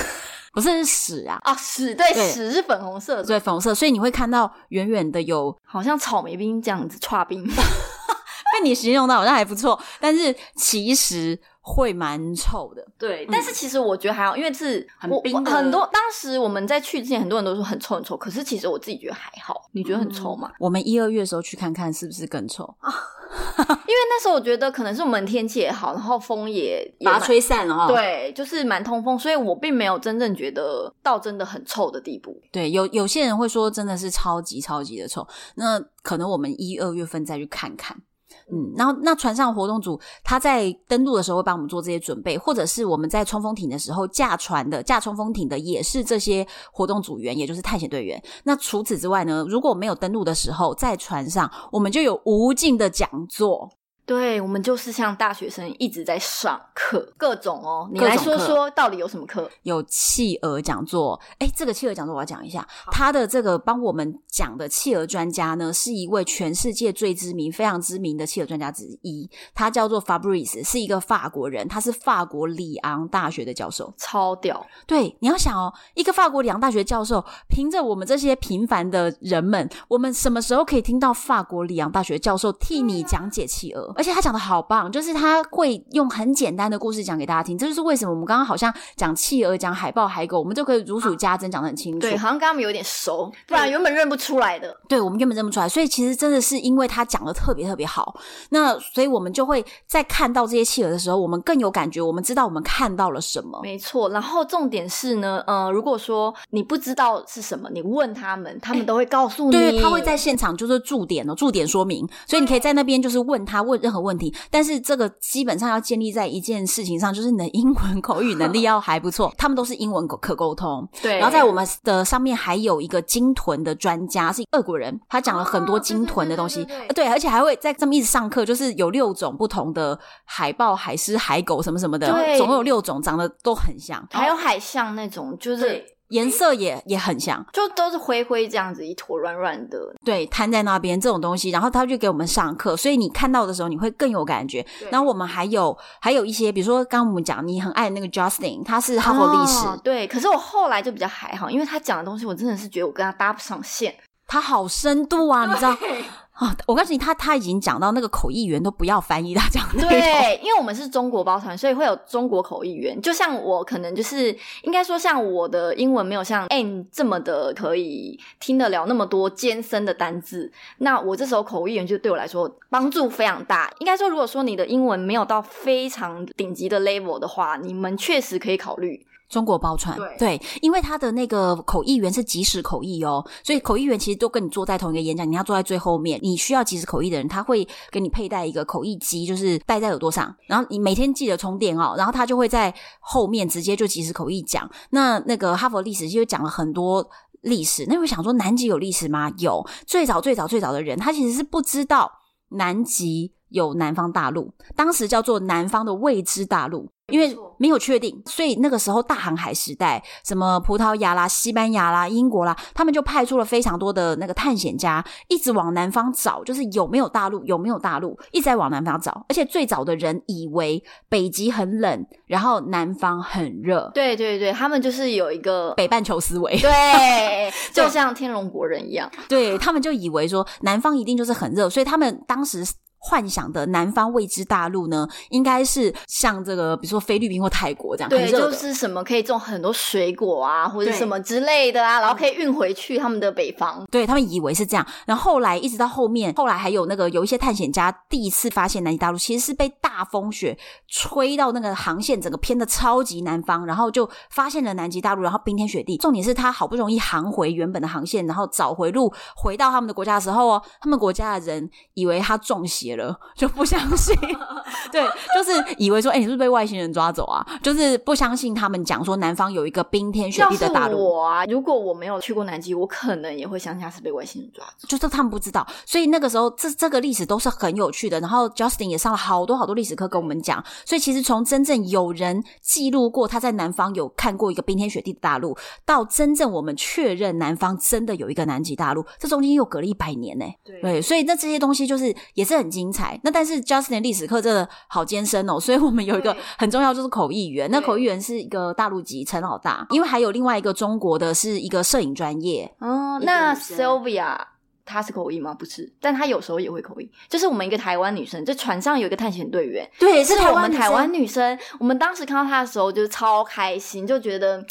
Speaker 1: 不是是屎啊，
Speaker 2: 啊，屎对
Speaker 1: 对
Speaker 2: 屎是粉红色的，
Speaker 1: 对，粉红色，所以你会看到远远的有
Speaker 2: 好像草莓冰这样子串冰。
Speaker 1: 被你形容的好像还不错，但是其实会蛮臭的。
Speaker 2: 对，但是其实我觉得还好，因为是
Speaker 3: 很
Speaker 2: 我
Speaker 3: 冰的
Speaker 2: 很多当时我们在去之前，很多人都说很臭很臭，可是其实我自己觉得还好。你觉得很臭吗？
Speaker 1: 我们一二月的时候去看看是不是更臭，
Speaker 2: 因为那时候我觉得可能是我们天气也好，然后风也也
Speaker 1: 把
Speaker 2: 蛮
Speaker 1: 它吹散了哈。
Speaker 2: 对，就是蛮通风，所以我并没有真正觉得到真的很臭的地步。
Speaker 1: 对，有有些人会说真的是超级超级的臭，那可能我们一二月份再去看看。嗯，然后那船上活动组他在登陆的时候会帮我们做这些准备，或者是我们在冲锋艇的时候驾船的驾冲锋艇的也是这些活动组员，也就是探险队员。那除此之外呢，如果没有登陆的时候，在船上我们就有无尽的讲座，
Speaker 2: 对，我们就是像大学生一直在上课，各种哦。你
Speaker 1: 各
Speaker 2: 来
Speaker 1: 种
Speaker 2: 说
Speaker 1: 课
Speaker 2: 说到底有什么课？
Speaker 1: 有企鹅讲座，哎，这个企鹅讲座我要讲一下，他的这个帮我们讲的企鹅专家呢，是一位全世界最知名、非常知名的企鹅专家之一，他叫做 Fabrice，是一个法国人，他是法国里昂大学的教授。
Speaker 2: 超屌！
Speaker 1: 对，你要想哦，一个法国里昂大学教授，凭着我们这些平凡的人们，我们什么时候可以听到法国里昂大学教授替你讲解企鹅？而且他讲的好棒，就是他会用很简单的故事讲给大家听。这就是为什么我们刚刚好像讲企鹅、讲海豹、海狗，我们就可以如数家珍，讲得很清楚。
Speaker 2: 对，好像跟他们有点熟，不然原本认不出来的。
Speaker 1: 对我们根本认不出来，所以其实真的是因为他讲的特别特别好，那所以我们就会在看到这些企鹅的时候，我们更有感觉，我们知道我们看到了什么。
Speaker 2: 没错，然后重点是呢，呃，如果说你不知道是什么，你问他们，他们都会告诉你。
Speaker 1: 对，他会
Speaker 3: 嗯
Speaker 1: 在现场就是驻点哦，驻点说明，所以你可以在那边就是问他问任何问题，但是这个基本上要建立在一件事情上，就是你的英文口语能力要还不错， 他们都是英文可沟通。
Speaker 2: 对，
Speaker 1: 然后在我们的上面还有一个鲸豚的专家，是俄国人，他讲了很多
Speaker 3: 哦对
Speaker 1: 鲸豚的东西，呃
Speaker 3: 对对对对
Speaker 1: 对，而且还会在这么一直上课，就是有六种不同的海豹、海狮、海狗什么什么的，
Speaker 2: 对
Speaker 1: 总共有六种，长得都很像，
Speaker 2: 还有海象那种，就是
Speaker 3: 对
Speaker 1: 颜色也也很像。
Speaker 2: 就都是灰灰这样子，一坨软软的。
Speaker 1: 对，摊在那边这种东西，然后他就给我们上课，所以你看到的时候你会更有感觉。
Speaker 3: 对
Speaker 1: 然后我们还有还有一些，比如说刚刚我们讲你很爱那个 Justin，他是哈佛历史，
Speaker 2: 哦对，可是我后来就比较还好，因为他讲的东西，我真的是觉得我跟他搭不上线。
Speaker 1: 他好深度啊，你知道 啊？我告诉你，他他已经讲到那个口译员都不要翻译他讲的内容，
Speaker 2: 对，因为我们是中国包团，所以会有中国口译员。就像我可能就是应该说，像我的英文没有像 N 这么的可以听得了那么多艰深的单字，那我这时候口译员就对我来说帮助非常大。应该说，如果说你的英文没有到非常顶级的 level 的话，你们确实可以考虑。
Speaker 1: 中国包船，
Speaker 3: 对
Speaker 1: 因为他的那个口译员是即时口译哦，所以口译员其实都跟你坐在同一个演讲，你要坐在最后面。你需要即时口译的人，他会给你佩戴一个口译机，就是戴在耳朵上，然后你每天记得充电哦，然后他就会在后面直接就即时口译讲。那那个哈佛历史就讲了很多。历史，那我想说，南极有历史吗？有，最早最早最早的人，他其实是不知道南极有南方大陆，当时叫做南方的未知大陆，因为没有确定，所以那个时候大航海时代，什么葡萄牙啦、西班牙啦、英国啦，他们就派出了非常多的那个探险家，一直往南方找，就是有没有大陆，有没有大陆，一直在往南方找。而且最早的人以为北极很冷，然后南方很热，
Speaker 2: 对对对，他们就是有一个。
Speaker 1: 北半球思维。
Speaker 2: 对，就像天龙国人一样，
Speaker 1: 对他们就以为说南方一定就是很热，所以他们当时幻想的南方未知大陆呢，应该是像这个，比如说菲律宾或泰国这样很
Speaker 2: 对，
Speaker 1: 热
Speaker 2: 就
Speaker 1: 的。
Speaker 2: 是什么可以种很多水果啊，或者
Speaker 3: 对
Speaker 2: 什么之类的啊，然后可以运回去他们的北方。
Speaker 1: 对他们以为是这样，然后后来一直到后面，后来还有那个有一些探险家第一次发现南极大陆，其实是被大风雪吹到那个航线整个偏的超级南方，然后就发现了南极大陆，然后冰天雪地。重点是他好不容易航回原本的航线，然后找回路回到他们的国家的时候哦，他们国家的人以为他中邪灭了，就不相信。对，就是以为说，哎、你是不是被外星人抓走啊？就是不相信他们讲说南方有一个冰天雪
Speaker 2: 要
Speaker 1: 地
Speaker 2: 是
Speaker 1: 的大陆。
Speaker 2: 我啊，如果我没有去过南极，我可能也会相信他是被外星人抓走。
Speaker 1: 就是他们不知道，所以那个时候这这个历史都是很有趣的。然后 Justin 也上了好多好多历史课跟我们讲，所以其实从真正有人记录过他在南方有看过一个冰天雪地的大陆，到真正我们确认南方真的有一个南极大陆，这中间又隔了一百年呢、
Speaker 2: 对
Speaker 1: 对，所以那这些东西就是也是很精彩。那但是 Justin 的历史课真的好艰深哦，所以我们有一个
Speaker 2: 对
Speaker 1: 很重要就是口译员。那
Speaker 2: 对
Speaker 1: 口译员是一个大陆籍陈老大，因为还有另外一个中国的是一个摄影专业，
Speaker 2: 哦，
Speaker 1: 一个
Speaker 2: 那
Speaker 1: 女生
Speaker 2: Sylvia 她是口译吗？不是，但她有时候也会口译。就是我们一个台湾女生，就船上有一个探险队员，
Speaker 1: 对，
Speaker 2: 哦是我们
Speaker 1: 女
Speaker 2: 台
Speaker 1: 生
Speaker 2: 湾女生。我们当时看到她的时候，就是超开心，就觉得我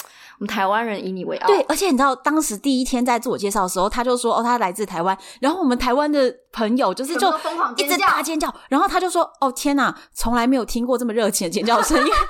Speaker 2: 们台湾人以你为傲。
Speaker 1: 对，，而且你知道，当时第一天在自我介绍的时候，他就说：“哦，他来自台湾。”然后我们台湾的朋友就是
Speaker 2: 全
Speaker 1: 就
Speaker 2: 部都疯狂
Speaker 1: 一
Speaker 2: 尖
Speaker 1: 直
Speaker 2: 叫
Speaker 1: 大尖叫，然后他就说：“哦，天哪，从来没有听过这么热情的尖叫声。”因为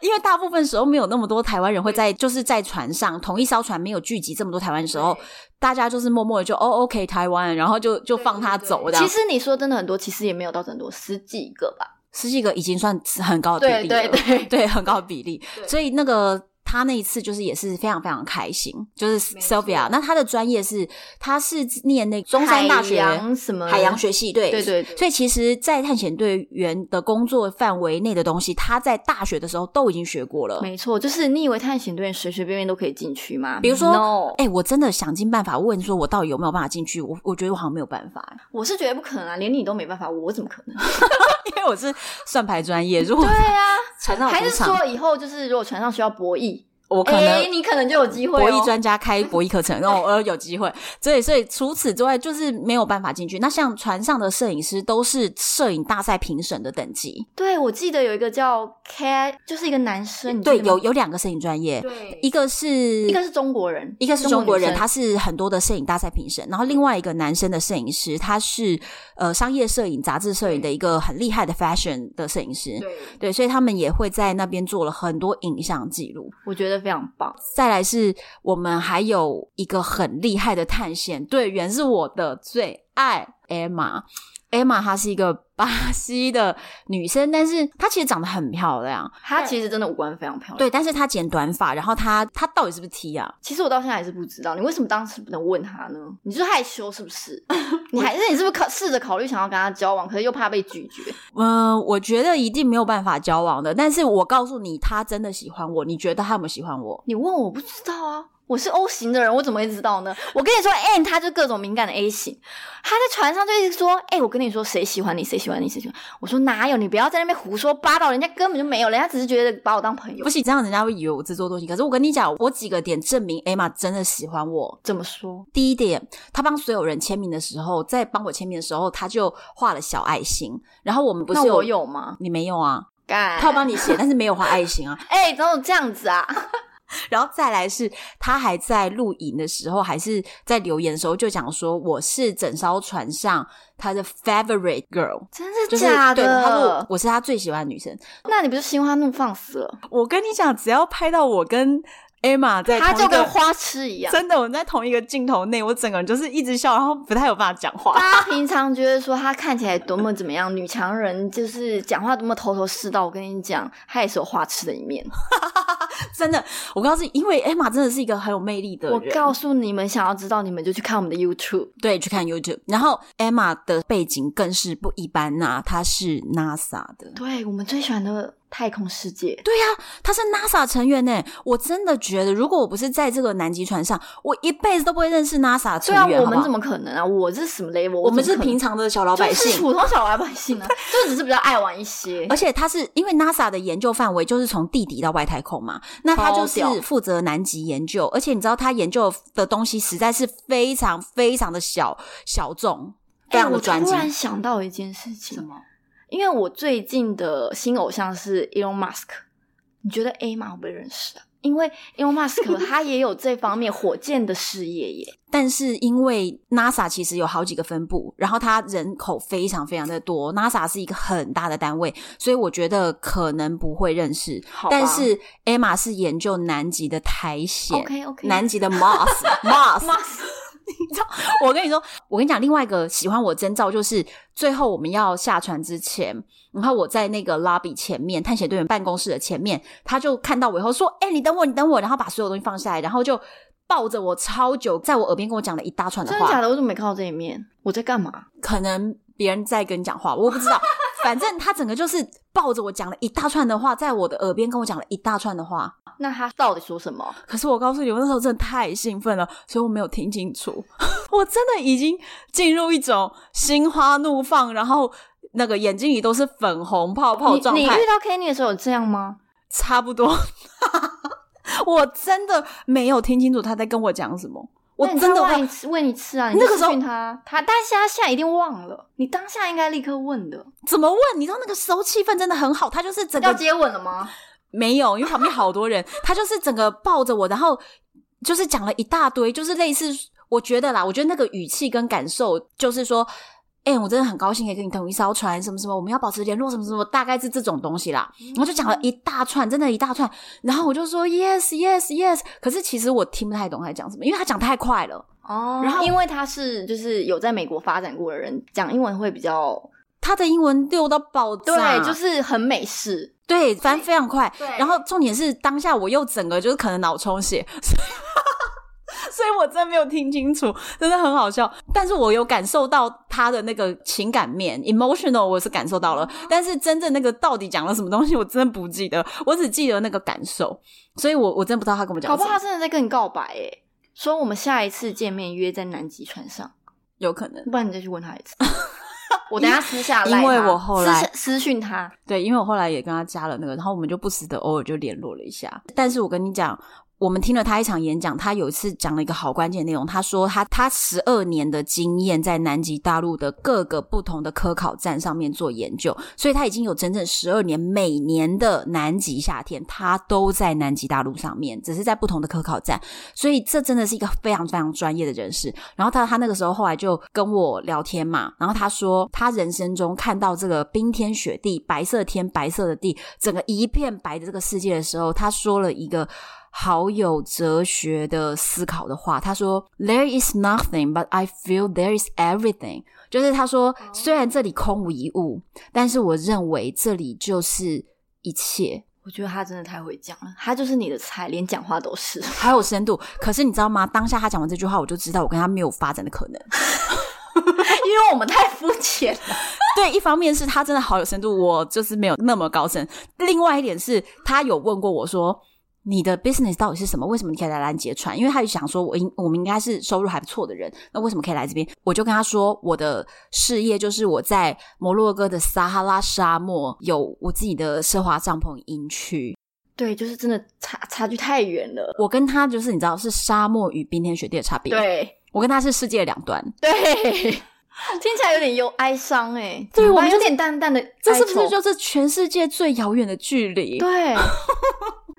Speaker 1: 因为大部分时候没有那么多台湾人会在就是在船上同一艘船没有聚集这么多台湾的时候
Speaker 2: 对，
Speaker 1: 大家就是默默的就哦 OK 台湾，然后就就
Speaker 2: 对
Speaker 1: 放他
Speaker 2: 对
Speaker 1: 走这样。
Speaker 2: 其实你说真的很多，其实也没有到很多，十几个吧。
Speaker 1: 十几个已经算很高的比例了，
Speaker 2: 对对对
Speaker 1: 对，很高的比例。
Speaker 2: 对
Speaker 1: 所以那个他那一次就是也是非常非常开心，就是
Speaker 2: 没错
Speaker 1: Sylvia，那他的专业是他是念那个中山大学
Speaker 2: 海洋什么
Speaker 1: 海洋学系，对
Speaker 2: 对对对
Speaker 1: 所以其实，在探险队员的工作范围内的东西，他在大学的时候都已经学过了。
Speaker 2: 没错，就是你以为探险队随随便便都可以进去吗？
Speaker 1: 比如说
Speaker 2: no，
Speaker 1: 哎、我真的想尽办法问说，我到底有没有办法进去？我我觉得我好像没有办法，
Speaker 2: 我是觉得不可能啊，连你都没办法，我怎么可能？
Speaker 1: 因为我是算牌专业。如果
Speaker 2: 对 啊，
Speaker 1: 船上有
Speaker 2: 还
Speaker 1: 赌
Speaker 2: 是
Speaker 1: 场，
Speaker 2: 说以后就是如果船上需要博弈，
Speaker 1: 我可能、
Speaker 2: 哎、你可能就有机会、哦。
Speaker 1: 博弈专家开博弈课 程，偶尔有机会。所以，所以除此之外，就是没有办法进去。那像船上的摄影师都是摄影大赛评审的等级，
Speaker 2: 对，我记得有一个叫 K，就是一嗯个男生，你记
Speaker 1: 对，
Speaker 2: 得吗
Speaker 1: 有有两个摄影专业，
Speaker 2: 对
Speaker 1: 一个是
Speaker 2: 一个是中国人，
Speaker 1: 一个是中国人，
Speaker 2: 女生
Speaker 1: 他是很多的摄影大赛评审，然后另外一个男生的摄影师，他是呃商业摄影、杂志摄影的一个很厉害的 fashion 的摄影师，
Speaker 2: 对，
Speaker 1: 对，所以他们也会在那边做了很多影像记录。
Speaker 2: 我觉得非常棒。
Speaker 1: 再来是我们还有一个很厉害的探险队员，是我的最爱 Emma。Emma 她是一个巴西的女生，但是她其实长得很漂亮，
Speaker 2: 她其实真的五官非常漂亮。，
Speaker 1: 对，但是她剪短发，然后她她到底是不是 T 啊？
Speaker 2: 其实我到现在还是不知道，你为什么当时不能问她呢？你就是害羞是不 是？你还是你是不是考试着考虑想要跟她交往，可是又怕被拒绝？
Speaker 1: 嗯、我觉得一定没有办法交往的，但是我告诉你，她真的喜欢我，你觉得她有没有喜欢我？
Speaker 2: 你问我我不知道啊，我是 O 型的人，我怎么会知道呢？我跟你说，N 他就各种敏感的 A 型，他在船上就一直说，哎、我跟你说谁喜欢你，谁喜欢你，谁喜欢你。我说哪有，你不要在那边胡说八道，人家根本就没有，人家只是觉得把我当朋友
Speaker 1: 不。行，这样人家会以为我自作多情。可是我跟你讲，我几个点证明 Emma 真的喜欢我，
Speaker 2: 怎么说？
Speaker 1: 第一点，他帮所有人签名的时候，在帮我签名的时候，他就画了小爱心。然后我们不
Speaker 2: 那
Speaker 1: 是
Speaker 2: 我有吗？
Speaker 1: 你没有啊？
Speaker 2: 干，
Speaker 1: 他有帮你写，但是没有画爱心啊。
Speaker 2: 哎、怎么这样子啊？
Speaker 1: 然后再来是，他还在录影的时候，还是在留言的时候，就讲说我是整艘船上他的 favorite girl，
Speaker 2: 真是
Speaker 1: 就是
Speaker 2: 假的？
Speaker 1: 对，他说我是他最喜欢的女生。
Speaker 2: 那你不是心花怒放死了？
Speaker 1: 我跟你讲，只要拍到我跟 Emma 在
Speaker 2: 他
Speaker 1: 同一
Speaker 2: 就跟
Speaker 1: 个
Speaker 2: 花痴一样。
Speaker 1: 真的我们在同一个镜头内，我整个人就是一直笑，然后不太有办法讲话。
Speaker 2: 大家平常觉得说她看起来多么怎么样，女强人就是讲话多么头头是道。我跟你讲，她也是有花痴的一面。
Speaker 1: 真的，我告诉你，因为 Emma 真的是一个很有魅力的人。
Speaker 2: 我告诉你们，想要知道你们就去看我们的 YouTube。
Speaker 1: 对，去看 YouTube。然后 Emma 的背景更是不一般呐、她是 NASA 的。
Speaker 2: 对我们最喜欢的太空世界，
Speaker 1: 对呀、她是 NASA 成员呢。我真的觉得，如果我不是在这个南极船上，我一辈子都不会认识 NASA 成
Speaker 2: 虽然
Speaker 1: 员。
Speaker 2: 啊我们怎
Speaker 1: 么？
Speaker 2: 么可能啊？我是什么 level？
Speaker 1: 我
Speaker 2: 怎么
Speaker 1: 们是
Speaker 2: 可能
Speaker 1: 平常的小老百
Speaker 2: 就是
Speaker 1: 姓。
Speaker 2: 普通小老百姓啊，就只是比较爱玩一些
Speaker 1: 而。且他是因为 NASA 的研究范围就是从地底到外太空嘛，那他就
Speaker 2: 超屌
Speaker 1: 是负责南极研究，而且你知道他研究的东西实在是非常非常的小小众，非
Speaker 2: 哎
Speaker 1: 常的
Speaker 2: 我
Speaker 1: 专
Speaker 2: 突
Speaker 1: 精。
Speaker 2: 然想到一件事情，
Speaker 1: 么？
Speaker 2: 因为我最近的新偶像是 Elon Musk，你觉得 A 马会不会认识啊？因为 Elon Musk 他也有这方面火箭的事业耶，
Speaker 1: 但是因为 NASA 其实有好几个分部，然后它人口非常非常的多，NASA 是一个很大的单位，所以我觉得可能不会认识。
Speaker 2: 好吧
Speaker 1: 但是 Emma 是研究南极的苔藓
Speaker 2: OK，OK
Speaker 1: 南极的 moss moss
Speaker 2: Musk
Speaker 1: 你知道，我跟你说，我跟你讲，另外一个喜欢我征兆就是，最后我们要下船之前，然后我在那个 lobby 前面，探险队员办公室的前面，他就看到我以后说：“哎、你等我，你等我。”然后把所有东西放下来，然后就抱着我超久，在我耳边跟我讲了一大串的
Speaker 2: 真的
Speaker 1: 话。
Speaker 2: 假的？我怎么没看到这一面？我在干嘛？
Speaker 1: 可能别人在跟你讲话，我不知 道。反正他整个就是抱着我讲了一大串的话，在我的耳边跟我讲了一大串的话。
Speaker 2: 那他到底说什么？
Speaker 1: 可是我告诉你，我那时候真的太兴奋了，所以我没有听清 楚。我真的已经进入一种心花怒放，然后那个眼睛里都是粉红泡泡的状
Speaker 2: 你你遇
Speaker 1: 态，
Speaker 2: 到 Kenny 的时候有这样吗？
Speaker 1: 差不多。 我真的没有听清楚他在跟我讲什么，我
Speaker 2: 那你
Speaker 1: 真的
Speaker 2: 再
Speaker 1: 会
Speaker 2: 问一次，问一次啊！你
Speaker 1: 那
Speaker 2: 就
Speaker 1: 个时候
Speaker 2: 私讯他，他但是他现在一定忘了，你当下应该立刻问的。
Speaker 1: 怎么问？你知道那个时候气氛真的很好，他就是整
Speaker 2: 要
Speaker 1: 个
Speaker 2: 接吻了吗？
Speaker 1: 没有，因为旁边好多 人，他就是整个抱着我，然后就是讲了一大堆，就是类似我觉得啦，我觉得那个语气跟感受就是说，哎、我真的很高兴可以跟你同一艘船，什么什么，我们要保持联络，什么什么，大概是这种东西啦。
Speaker 2: 嗯
Speaker 1: 然后就讲了一大串，真的一大串，然后我就说 yes yes yes，可是其实我听不太懂他在讲什么，因为他讲太快了。
Speaker 2: 哦，
Speaker 1: 然后
Speaker 2: 因为他是就是有在美国发展过的人，讲英文会比较
Speaker 1: 他的英文溜到爆炸，
Speaker 2: 对，就是很美式。
Speaker 1: 对，翻非常快。
Speaker 2: 对
Speaker 1: 然后重点是当下我又整个就是可能脑充血，所以所以我真没有听清楚，真的很好笑。但是我有感受到他的那个情感面，emotional 我是感受
Speaker 2: 哦
Speaker 1: 到了，但是真正那个到底讲了什么东西，我真的不记得，我只记得那个感受，所以我我真的不知道他跟我讲
Speaker 2: 搞
Speaker 1: 了
Speaker 2: 不
Speaker 1: 什
Speaker 2: 好他
Speaker 1: 么，
Speaker 2: 真的在跟你告白诶、说我们下一次见面约在南极船上，
Speaker 1: 有可能
Speaker 2: 不然你再去问他一次。 我等下私下
Speaker 1: 因
Speaker 2: 赖
Speaker 1: 为
Speaker 2: 他
Speaker 1: 我后来
Speaker 2: 私私讯他，
Speaker 1: 对，因为我后来也跟他加了那个，然后我们就不时的偶尔就联络了一下。但是我跟你讲，我们听了他一场演讲，他有一次讲了一个好关键内容，他说他他十二年的经验在南极大陆的各个不同的科考站上面做研究，所以他已经有整整十二年，每年的南极夏天他都在南极大陆上面，只是在不同的科考站。所以这真的是一个非常非常专业的人士。然后他他那个时候后来就跟我聊天嘛，然后他说他人生中看到这个冰天雪地、白色天、白色的地，整个一片白的这个世界的时候，他说了一个。好有哲学的思考的话，他说：“There is nothing, but I feel there is everything。”就是他说，虽然这里空无一物，但是我认为这里就是一切。
Speaker 2: 我觉得他真的太会讲了，他就是你的菜，连讲话都 是。
Speaker 1: 还有深度。可是你知道吗？当下他讲完这句话，我就知道我跟他没有发展的可能。
Speaker 2: 因为我们太肤浅了。
Speaker 1: 对，一方面是他真的好有深度，我就是没有那么高深；另外一点是他有问过我说。你的 business 到底是什么？为什么你可以来拦截船？因为他就想说，我应我们应该是收入还不错的人，那为什么可以来这边？我就跟他说，我的事业就是我在摩洛哥的撒哈拉沙漠有我自己的奢华帐篷营区，
Speaker 2: 对，就是真的差差距太远了。
Speaker 1: 我跟他就是你知道是沙漠与冰天雪地的差别，
Speaker 2: 对
Speaker 1: 我跟他是世界的两端，
Speaker 2: 对， 听起来有点忧哀伤哎。
Speaker 1: 对
Speaker 2: 怎么
Speaker 1: 我
Speaker 2: 办
Speaker 1: 们
Speaker 2: 有
Speaker 1: 就
Speaker 2: 点淡淡的哀愁，
Speaker 1: 这是不是就是全世界最遥远的距离？
Speaker 2: 对？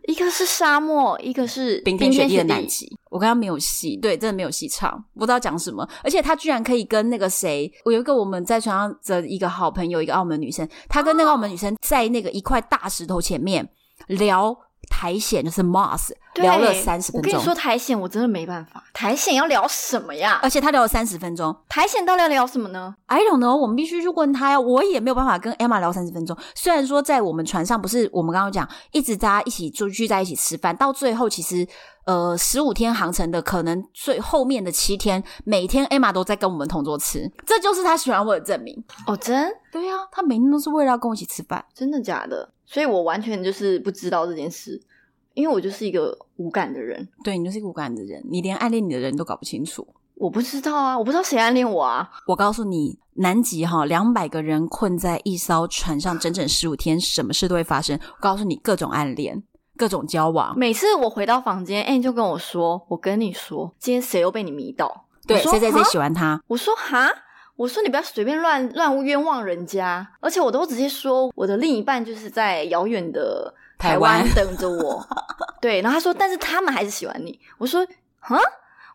Speaker 2: 一个是沙漠，一个是
Speaker 1: 冰天雪地的南极，我跟他没有戏，对，真的没有戏唱，不知道讲什么。而且他居然可以跟那个谁，我有一个我们在船上的一个好朋友，一个澳门女生，她跟那个澳门女生在那个一块大石头前面聊苔藓，就是 moss，
Speaker 2: 对
Speaker 1: 聊了三十分
Speaker 2: 我跟
Speaker 1: 钟
Speaker 2: 你，说，苔藓我真的没办法，苔藓要聊什么呀？
Speaker 1: 而且他聊了三十分钟。
Speaker 2: 苔藓到底要聊什么呢？
Speaker 1: I don't know，我们必须去问他呀。我也没有办法跟 Emma 聊三十分钟。虽然说在我们船上，不是我们刚刚讲，一直大家一起就聚在一起吃饭，到最后其实呃十五天航程的，可能最后面的七天，每天 Emma 都在跟我们同桌吃，这就是他喜欢我的证明。
Speaker 2: 哦，真
Speaker 1: 对啊，他每天都是为了要跟我一起吃饭。
Speaker 2: 真的假的？所以我完全就是不知道这件事，因为我就是一个无感的人，
Speaker 1: 对你就是一个无感的人，你连暗恋你的人都搞不清楚。
Speaker 2: 我不知道啊，我不知道谁暗恋我啊。
Speaker 1: 我告诉你，南极哈，两百个人困在一艘船上整整十五天，什么事都会发生。我告诉你，各种暗恋，各种交往。
Speaker 2: 每次我回到房间，Anne 就跟我说：“我跟你说，今天谁又被你迷倒？”
Speaker 1: 对，
Speaker 2: 我说啊
Speaker 1: 谁谁谁
Speaker 2: 哈
Speaker 1: 喜欢他？
Speaker 2: 我说：“哈。”我说你不要随便乱乱冤枉人家，而且我都直接说我的另一半就是在遥远的台湾
Speaker 1: 台
Speaker 2: 等着我，对。然后他说，但是他们还是喜欢你。我说，哈，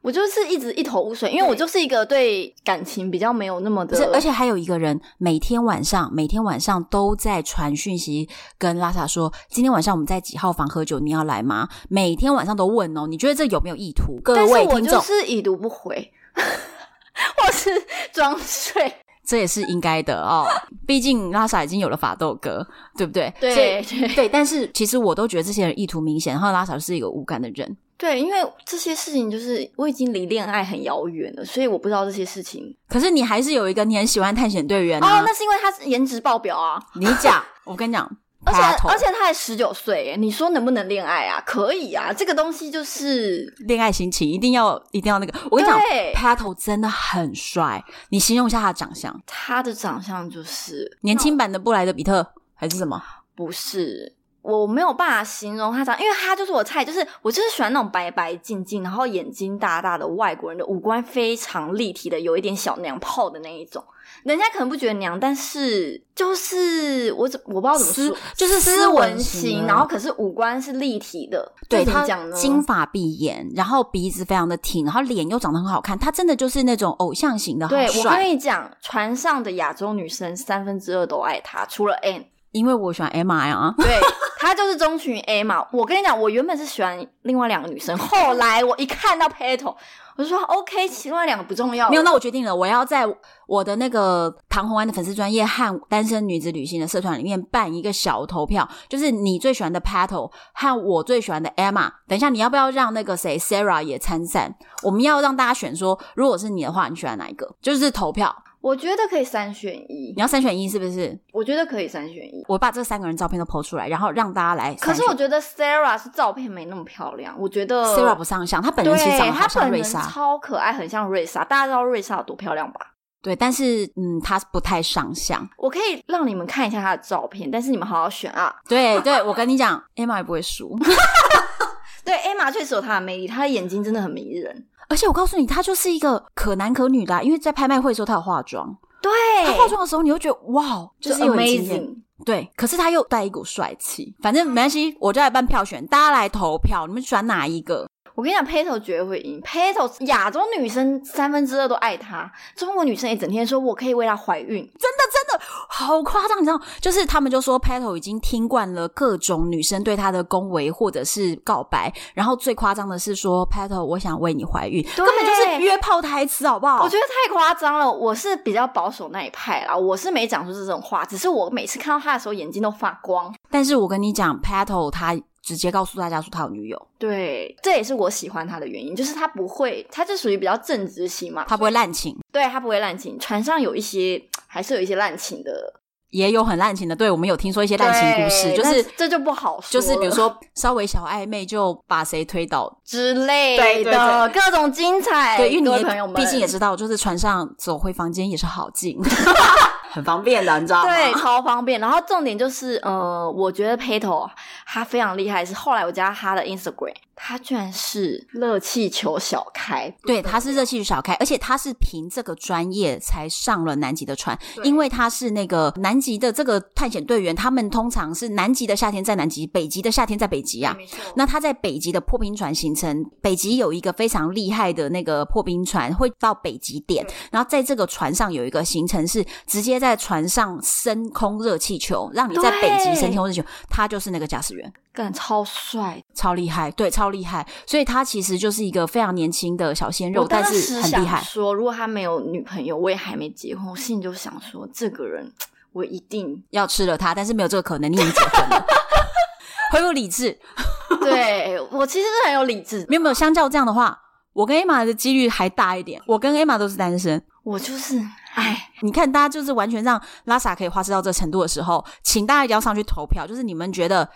Speaker 2: 我就是一直一头雾水，因为我就是一个对感情比较没有那么
Speaker 1: 不是
Speaker 2: 的，，
Speaker 1: 而且还有一个人，每天晚上每天晚上都在传讯息跟拉萨说，今天晚上我们在几号房喝酒，你要来吗？每天晚上都问哦，你觉得这有没有意图？各
Speaker 2: 但是
Speaker 1: 位
Speaker 2: 我
Speaker 1: 听
Speaker 2: 就
Speaker 1: 众，
Speaker 2: 是已读不回。或是装睡。
Speaker 1: 这也是应该的 哦。毕竟拉萨已经有了法斗哥，对不对？所以
Speaker 2: 对对
Speaker 1: 对，但是其实我都觉得这些人意图明显，然后拉萨是一个无感的人。
Speaker 2: 对，因为这些事情就是我已经离恋爱很遥远了，所以我不知道这些事情。
Speaker 1: 可是你还是有一个你很喜欢探险队员啊
Speaker 2: 哦，！那是因为他是颜值爆表啊，
Speaker 1: 你 讲，我跟你讲，
Speaker 2: 而且
Speaker 1: 啪头
Speaker 2: 而且他才十九岁耶，你说能不能恋爱啊？可以啊，这个东西就是
Speaker 1: 恋爱心情一定要一定要那个，我跟你讲
Speaker 2: 对
Speaker 1: ，Pato 真的很帅，你形容一下他的长相，
Speaker 2: 他的长相就是
Speaker 1: 年轻版的布莱德比特还是什么？
Speaker 2: 不是。我没有办法形容他长，因为他就是我菜，就是我就是喜欢那种白白净净，然后眼睛大大的外国人的五官非常立体的，有一点小娘炮的那一种。人家可能不觉得娘，但是就是我怎我不知道怎么
Speaker 1: 斯
Speaker 2: 说，
Speaker 1: 就是斯
Speaker 2: 斯
Speaker 1: 文
Speaker 2: 文
Speaker 1: 型
Speaker 2: 型，
Speaker 1: 啊
Speaker 2: 然后可是五官是立体的。
Speaker 1: 对
Speaker 2: 这怎么
Speaker 1: 他
Speaker 2: 讲呢？
Speaker 1: 金发碧眼，然后鼻子非常的挺，然后脸又长得很好看，他真的就是那种偶像型的好
Speaker 2: 对我
Speaker 1: 帅。
Speaker 2: 跟你讲，船上的亚洲女生三分之二都爱他，除了 N。
Speaker 1: 因为我喜欢 M I 啊，
Speaker 2: 对， 他就是中群 A 嘛。我跟你讲，我原本是喜欢另外两个女生，后来我一看到 Petal，我就说 OK，其外两个不重要了。
Speaker 1: 没有，那我决定了，我要在我的那个唐红安的粉丝专业和单身女子旅行的社团里面办一个小投票，就是你最喜欢的 Pato 和我最喜欢的 Emma。等一下，你要不要让那个谁 Sarah 也参战？我们要让大家选说，如果是你的话，你喜欢哪一个？就是投票，
Speaker 2: 我觉得可以三选一
Speaker 1: 你，要三选一，是不是？
Speaker 2: 我觉得可以三选一。
Speaker 1: 我把这三个人照片都抛出来，然后让大家来
Speaker 2: 可
Speaker 1: 三选。
Speaker 2: 是我觉得 Sarah 是照片没那么漂亮，我觉得
Speaker 1: Sarah 不上相，她本人其实长
Speaker 2: 对
Speaker 1: 得好
Speaker 2: 她
Speaker 1: 像
Speaker 2: 本
Speaker 1: 瑞
Speaker 2: 人
Speaker 1: 莎，
Speaker 2: 超可爱，很像瑞莎。大家知道瑞莎有多漂亮吧？
Speaker 1: 对，但是嗯，她不太上相。
Speaker 2: 我可以让你们看一下她的照片，但是你们好好选啊。
Speaker 1: 对对，我跟你讲，Emma 也不会输。
Speaker 2: 对，Emma 确实有她的魅力，她的眼睛真的很迷人。
Speaker 1: 而且我告诉你，她就是一个可男可女的啊、因为在拍卖会的时候她有化妆，
Speaker 2: 对，
Speaker 1: 她化妆的时候你会觉得哇，就是有很惊艳
Speaker 2: amazing。
Speaker 1: 对，可是她又带一股帅气。反正没关系，我就来办票选，大家来投票，你们选哪一个？
Speaker 2: 我跟你讲，Petal 绝对会赢。Petal 亚洲女生三分之二都爱他，中国女生也整天说我可以为他怀孕。
Speaker 1: 好夸张，你知道？就是他们就说 Petal 已经听惯了各种女生对她的恭维或者是告白，然后最夸张的是说 Petal 我想为你怀孕，根本就是约炮台词，好不好？
Speaker 2: 我觉得太夸张了，我是比较保守那一派啦，我是没讲出这种话，只是我每次看到他的时候眼睛都发光。
Speaker 1: 但是我跟你讲，Petal 他直接告诉大家说他有女友，
Speaker 2: 对，这也是我喜欢他的原因，就是他不会，他就属于比较正直型嘛，
Speaker 1: 他不会滥情。
Speaker 2: 对他不会滥情。船上有一些还是有一些滥情的
Speaker 1: 也有很滥情的，对我们有听说一些滥情故事，
Speaker 2: 对
Speaker 1: 就是
Speaker 2: 那这就不好说
Speaker 1: 就
Speaker 2: 了
Speaker 1: 是比如说稍微小暧昧就把谁推倒，
Speaker 2: 之类的
Speaker 1: 对对对
Speaker 2: 各种精彩。
Speaker 1: 对，因
Speaker 2: 哎各
Speaker 1: 为
Speaker 2: 位
Speaker 1: 你
Speaker 2: 朋友们，
Speaker 1: 毕竟也知道，就是船上走回房间也是好近， 很方便的，你知道
Speaker 2: 对，超方便。然后重点就是，呃，我觉得 Petal 啊他非常厉害，是后来我加他的 Instagram，他居然是热气球小开，
Speaker 1: 对，他是热气球小开，而且他是凭这个专业才上了南极的船，
Speaker 2: 对
Speaker 1: 因为他是那个南极的这个探险队员，他们通常是南极的夏天在南极，北极的夏天在北极啊。
Speaker 2: 没错。
Speaker 1: 那他在北极的破冰船行程，北极有一个非常厉害的那个破冰船，会到北极点。然后在这个船上有一个行程是直接在船上升空热气球，让你在北极升空热气球。他就是那个驾驶员，
Speaker 2: 干超帅，
Speaker 1: 超厉害，对，超厉害。所以他其实就是一个非常年轻的小鲜肉
Speaker 2: 我，
Speaker 1: 但
Speaker 2: 当
Speaker 1: 是
Speaker 2: 时
Speaker 1: 很厉
Speaker 2: 想
Speaker 1: 害。
Speaker 2: 说，如果他没有女朋友，我也还没结婚，我心里就想说，这个人我一 定
Speaker 1: 要吃了他，但是没有这个可能，你已经结婚了。 恢复理智，
Speaker 2: 对我其实是很有理智的，
Speaker 1: 没有没有。相较这样的话，我跟 Emma 的几率还大一点。我跟 Emma 都是单身，
Speaker 2: 我就是哎，
Speaker 1: 你看，大家就是完全让拉萨可以花痴到这程度的时候，请大家一定要上去投票。就是你们觉得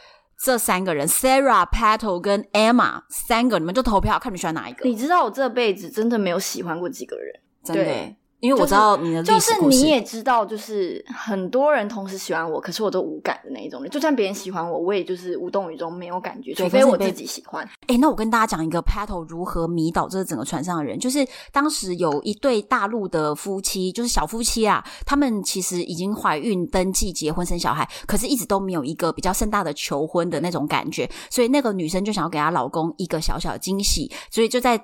Speaker 1: 这三个人，Sarah、Pato 跟 Emma 三个，你们就投票，看你们喜欢哪一个。
Speaker 2: 你知道我这辈子真的没有喜欢过几个人。
Speaker 1: 真的
Speaker 2: 对，
Speaker 1: 因为我
Speaker 2: 就
Speaker 1: 知
Speaker 2: 是
Speaker 1: 道你的
Speaker 2: 就
Speaker 1: 历史
Speaker 2: 是
Speaker 1: 故事。
Speaker 2: 你也知道，就是很多人同时喜欢我，可是我都无感的那一种人。就算别人喜欢我，我也就是无动于衷，没有感觉，
Speaker 1: 对
Speaker 2: 除
Speaker 1: 可
Speaker 2: 非
Speaker 1: 是你
Speaker 2: 我
Speaker 1: 被
Speaker 2: 自己喜欢。
Speaker 1: 哎、那我跟大家讲一个 Pato 如何迷倒这整个船上的人，就是当时有一对大陆的夫妻，就是小夫妻啊，他们其实已经怀孕、登记、结婚、生小孩，可是一直都没有一个比较盛大的求婚的那种感觉，所以那个女生就想要给她老公一个小小的惊喜，所以就在。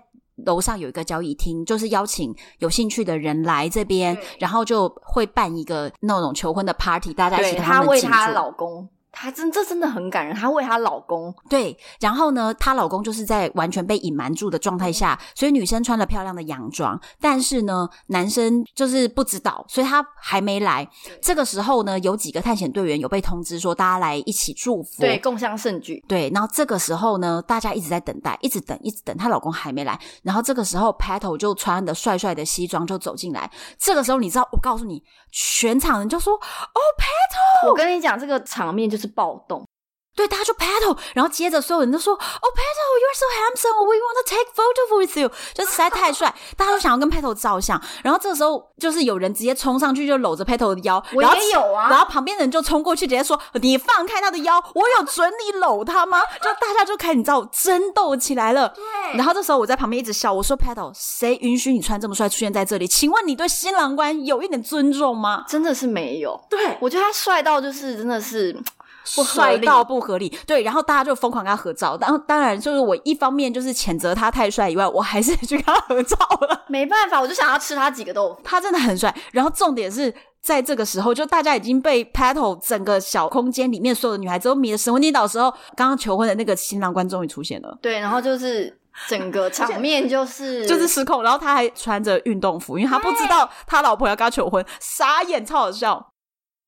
Speaker 1: 楼上有一个交易厅，就是邀请有兴趣的人来这边
Speaker 2: 对，
Speaker 1: 然后就会办一个那种求婚的 party，大家一
Speaker 2: 对
Speaker 1: 起帮他们
Speaker 2: 为
Speaker 1: 庆祝。
Speaker 2: 她老公，她真这真的很感人，她为她老公，
Speaker 1: 对，然后呢，她老公就是在完全被隐瞒住的状态下，所以女生穿了漂亮的洋装，但是呢，男生就是不知道，所以他还没来。这个时候呢，有几个探险队员有被通知说，大家来一起祝福。
Speaker 2: 对，共襄盛举。
Speaker 1: 对，然后这个时候呢，大家一直在等待，一直等，一直等，她老公还没来。然后这个时候，Pato 就穿的帅帅的西装就走进来。这个时候，你知道，我告诉你，全场人就说：“哦，Pat，
Speaker 2: 我跟你讲，这个场面就是暴动。
Speaker 1: 对，大家就 Pato。”然后接着所有人都说：“哦，Pato，you're so handsome，we want to take photo with you。”就实在太帅，大家都想要跟 Pato 照相。然后这个时候，就是有人直接冲上去就搂着 Pato 的腰，
Speaker 2: 我
Speaker 1: 然后
Speaker 2: 也有啊
Speaker 1: 然后旁边的人就冲过去，直接说：“你放开他的腰，我有准你搂他吗？”就大家就开始你知道争斗起来了。
Speaker 2: 对
Speaker 1: 然后这时候我在旁边一直笑，我说 Paddle，谁允许你穿这么帅出现在这里？请问你对新郎官有一点尊重吗？
Speaker 2: 真的是没有，
Speaker 1: 对，
Speaker 2: 我觉得他帅到就是真的是不合
Speaker 1: 帅
Speaker 2: 理
Speaker 1: 到不合理。对，然后大家就疯狂跟他合照。当当然，就是我一方面就是谴责他太帅以外，我还是 去跟他合照了。
Speaker 2: 没办法，我就想要吃他几个豆腐。
Speaker 1: 他真的很帅。然后重点是在这个时候，就大家已经被 Paddle 整个小空间里面所有的女孩子都迷得神魂颠倒的时候，刚刚求婚的那个新郎官终于出现了。
Speaker 2: 对，然后就是整个场面就是
Speaker 1: 就是失控，然后他还穿着运动服，因为他不知道他老婆要跟他求婚，傻眼，超好笑。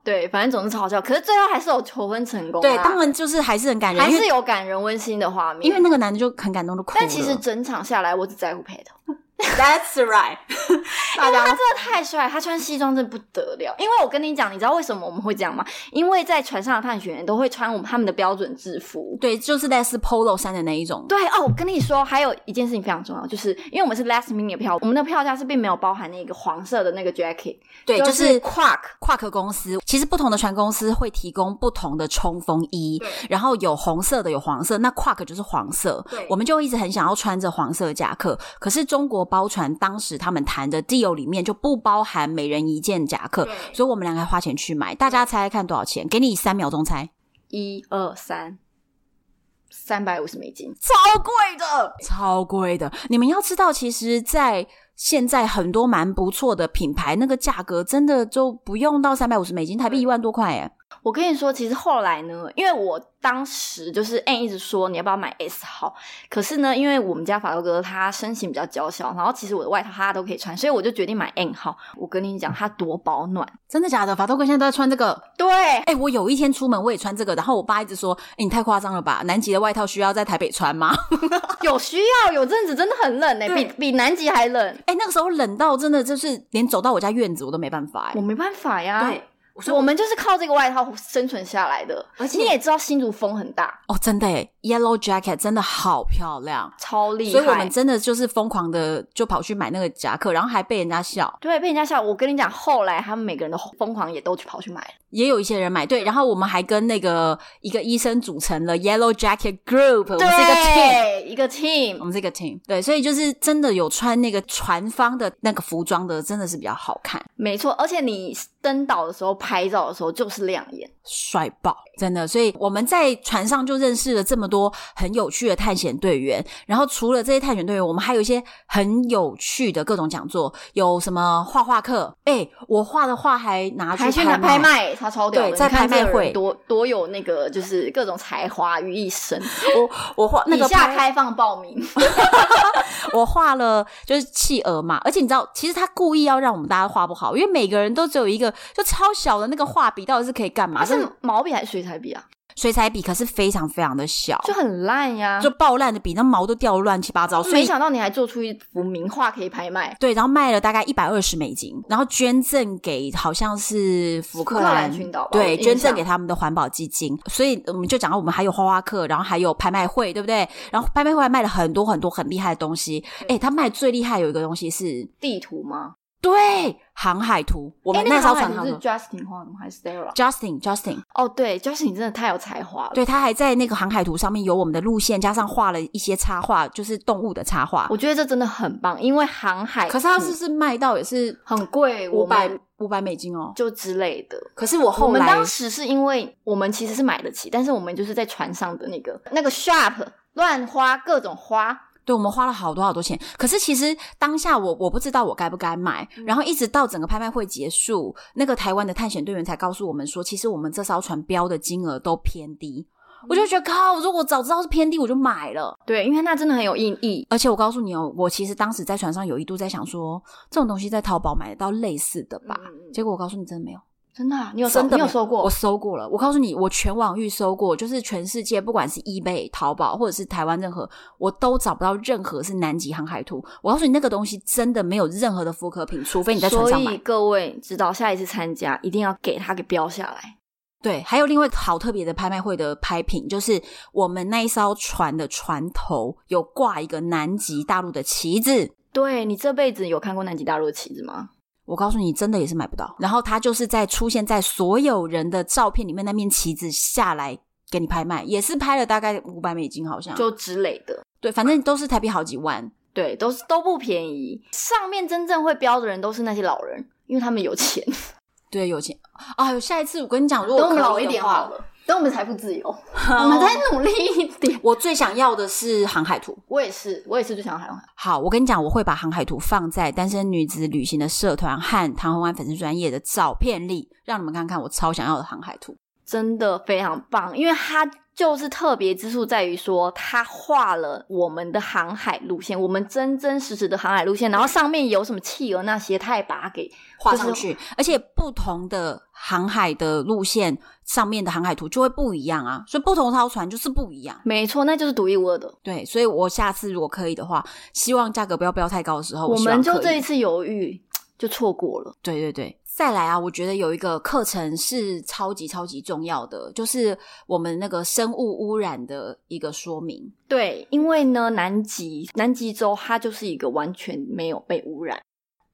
Speaker 2: 对，反正总是超好笑。可是最后还是有求婚成功、啊，
Speaker 1: 对，当然就是还是很感人，
Speaker 2: 还
Speaker 1: 因
Speaker 2: 是
Speaker 1: 为
Speaker 2: 有感人温馨的画面。
Speaker 1: 因为那个男的就很感动的哭了。
Speaker 2: 但 其实整场下来，我只在乎陪他。
Speaker 1: That's right，大
Speaker 2: 他
Speaker 1: 家
Speaker 2: 真的太帅，他穿西装真的不得了。因为我跟你讲，你知道为什么我们会这样吗？因为在船上的探险员都会穿我们他们的标准制服。
Speaker 1: 对，就是类似 Polo 衫的那一种。
Speaker 2: 对哦，我跟你说，还有一件事情非常重要，就是因为我们是 last minute 的票，我们的票价是并没有包含那个黄色的那个 jacket，
Speaker 1: 对，
Speaker 2: 就
Speaker 1: 就是是
Speaker 2: Quark
Speaker 1: 跨克公司。其实不同的船公司会提供不同的冲锋衣
Speaker 2: 对，
Speaker 1: 然后有红色的，有黄色。那跨克就是黄色
Speaker 2: 对，
Speaker 1: 我们就一直很想要穿着黄色夹克。可是中国包船当时他们谈的 deal 里面就不包含每人一件夹克
Speaker 2: 对，
Speaker 1: 所以我们两个还花钱去买。大家猜猜看多少钱？给你三秒钟猜，
Speaker 2: 一二三，三百五十美金。
Speaker 1: 超贵的，超贵的。你们要知道，其实，在现在很多蛮不错的品牌，那个价格真的就不用到三百五十美金，台币一万多块耶。
Speaker 2: 我跟你说，其实后来呢，因为我当时就是 N 一直说你要不要买 S 号，可是呢，因为我们家法斗哥他身形比较娇小，然后其实我的外套他都可以穿，所以我就决定买 N 号。我跟你讲，它多保暖。
Speaker 1: 真的假的？法头哥现在都在穿这个。
Speaker 2: 对，
Speaker 1: 哎、我有一天出门我也穿这个，然后我爸一直说：“哎、你太夸张了吧？南极的外套需要在台北穿吗
Speaker 2: 有需要，有阵子真的很冷呢、
Speaker 1: 对。
Speaker 2: 比比南极还冷？”
Speaker 1: 哎、那个时候冷到真的就是连走到我家院子我都没办法哎、
Speaker 2: 我没办法呀。
Speaker 1: 对
Speaker 2: 我们就是靠这个外套生存下来的。
Speaker 1: 而且
Speaker 2: 你也知道，新竹风很大，
Speaker 1: 哦，真的哎、y e l l o w Jacket 真的好漂亮，
Speaker 2: 超厉害。
Speaker 1: 所以我们真的就是疯狂的就跑去买那个夹克，然后还被人家笑。
Speaker 2: 对，被人家笑。我跟你讲，后来他们每个人都疯狂，也都去跑去买了。
Speaker 1: 也有一些人买对，然后我们还跟那个一个医生组成了 Yellow Jacket Group，我们是一个 team，
Speaker 2: 对，一个 team。
Speaker 1: 我们是一个 team，对，所以就是真的有穿那个船方的那个服装的，真的是比较好看，
Speaker 2: 没错，而且你登岛的时候、拍照的时候就是亮眼。
Speaker 1: 帅爆，真的。所以我们在船上就认识了这么多很有趣的探险队员，然后除了这些探险队员，我们还有一些很有趣的各种讲座，有什么画画课，哎，我画的画还拿去
Speaker 2: 还去拿拍
Speaker 1: 拍卖
Speaker 2: 卖，他超屌的。
Speaker 1: 对在
Speaker 2: 你
Speaker 1: 拍
Speaker 2: 看
Speaker 1: 卖
Speaker 2: 这个人
Speaker 1: 会
Speaker 2: 多多有那个，就是各种才华于一身。啊
Speaker 1: 我我画那个
Speaker 2: 以下
Speaker 1: 拍
Speaker 2: 开放报名，
Speaker 1: 我画了就是企鹅嘛，而且你知道，其实他故意要让我们大家画不好，因为每个人都只有一个就超小的那个画笔，到底是可以干嘛？
Speaker 2: 它
Speaker 1: 就是
Speaker 2: 是毛笔还是水彩笔啊？
Speaker 1: 水彩笔可是非常非常的小，
Speaker 2: 就很烂呀。
Speaker 1: 就爆烂的笔，那毛都掉乱七八糟，所
Speaker 2: 没
Speaker 1: 以。
Speaker 2: 想到你还做出一幅名画可以拍卖。
Speaker 1: 对，然后卖了大概一百二十美金，然后捐赠给好像是福克
Speaker 2: 福克
Speaker 1: 兰
Speaker 2: 兰群岛吧我
Speaker 1: 对，
Speaker 2: 印
Speaker 1: 捐赠
Speaker 2: 象
Speaker 1: 给他们的环保基金。所以我们就讲到我们还有花花课，然后还有拍卖会，对不对？然后拍卖会还卖了很多很多很厉害的东西。
Speaker 2: 嗯
Speaker 1: 诶，他卖最厉害有一个东西是
Speaker 2: 地图吗？
Speaker 1: 对，航海图，我
Speaker 2: 我
Speaker 1: 们
Speaker 2: 那
Speaker 1: 艘船
Speaker 2: 好
Speaker 1: 航
Speaker 2: 像是
Speaker 1: 图。
Speaker 2: Justin 画的吗？还是 Sarah？
Speaker 1: Justin Justin，
Speaker 2: 哦，对，Justin 真的太有才华了。
Speaker 1: 对他还在那个航海图上面有我们的路线，加上画了一些插画，就是动物的插画
Speaker 2: 我。觉得这真的很棒，因为航海
Speaker 1: 可是他
Speaker 2: 图
Speaker 1: 是是卖到也是
Speaker 2: 很贵，
Speaker 1: 五
Speaker 2: 我
Speaker 1: 百
Speaker 2: 们
Speaker 1: 五百美金哦。
Speaker 2: 就之类的。
Speaker 1: 可是我
Speaker 2: 我
Speaker 1: 后
Speaker 2: 们
Speaker 1: 来
Speaker 2: 当时是因为我们其实是买得起，但是我们就是在船上的那个那个 shop 乱花各种花，
Speaker 1: 对我们花了好多好多钱。可是其实当下我我不知道我该不该买，然后一直到整个拍卖会结束，那个台湾的探险队员才告诉我们说，其实我们这艘船标的金额都偏低。我就觉得靠，如果早知道是偏低，我就买了。
Speaker 2: 对，因为那真的很有意义。
Speaker 1: 而且我告诉你哦，我其实当时在船上有一度在想说，这种东西在淘宝买得到类似的吧？
Speaker 2: 嗯嗯
Speaker 1: 结果我告诉你，真的没有。
Speaker 2: 真的啊、你有收
Speaker 1: 真的
Speaker 2: 你有
Speaker 1: 没
Speaker 2: 收过
Speaker 1: 我？搜过了。我告诉你，我全网域搜过，就是全世界，不管是 eBay、淘宝，或者是台湾任何，我都找不到任何是南极航海图。我告诉你，那个东西真的没有任何的复刻品，除非你在船
Speaker 2: 所
Speaker 1: 上
Speaker 2: 以
Speaker 1: 买。
Speaker 2: 各位知道，下一次参加一定要给它给标下来。
Speaker 1: 对，还有另外一个好特别的拍卖会的拍品，就是我们那一艘船的船头有挂一个南极大陆的旗子。
Speaker 2: 对你这辈子有看过南极大陆的旗子吗？
Speaker 1: 我告诉你，真的也是买不到。然后它就是在出现在所有人的照片里面，那面旗子下来给你拍卖，也是拍了大概五百美金，好像
Speaker 2: 就之类的，
Speaker 1: 对，反正都是台币好几万。
Speaker 2: 对，都是都不便宜。上面真正会标的人都是那些老人，因为他们有 钱。
Speaker 1: 对，有钱啊！下一次我跟你讲，如果
Speaker 2: 等我们
Speaker 1: 可以
Speaker 2: 老一
Speaker 1: 的
Speaker 2: 点
Speaker 1: 话
Speaker 2: 好了，等我们财富自 由，我们再努力一点。
Speaker 1: 我最想要的是航海图。
Speaker 2: 我也是，我也是最想要海洋。
Speaker 1: 好，我跟你讲，我会把航海图放在单身女子旅行的社团和唐红安粉丝专业的照片里，让你们看看我超想要的航海图。
Speaker 2: 真的非常棒，因为它就是特别之处在于说，它画了我们的航海路线，我们真真实实的航海路线，然后上面有什么企鹅那些，它也把它给
Speaker 1: 画
Speaker 2: 就是
Speaker 1: 上去，而且不同的航海的路线上面的航海图就会不一样啊，所以不同的艘船就是不一样。
Speaker 2: 没错，那就是独一无二的。
Speaker 1: 对，所以我下次如果可以的话，希望价格不要标太高的时候，
Speaker 2: 哦我
Speaker 1: 希望
Speaker 2: 们就
Speaker 1: 可以
Speaker 2: 这一次犹豫，就错过了。
Speaker 1: 对对对，再来啊！我觉得有一个课程是超级超级重要的，就是我们那个生物污染的一个说明。
Speaker 2: 对，因为呢，南极南极洲它就是一个完全没有被污染，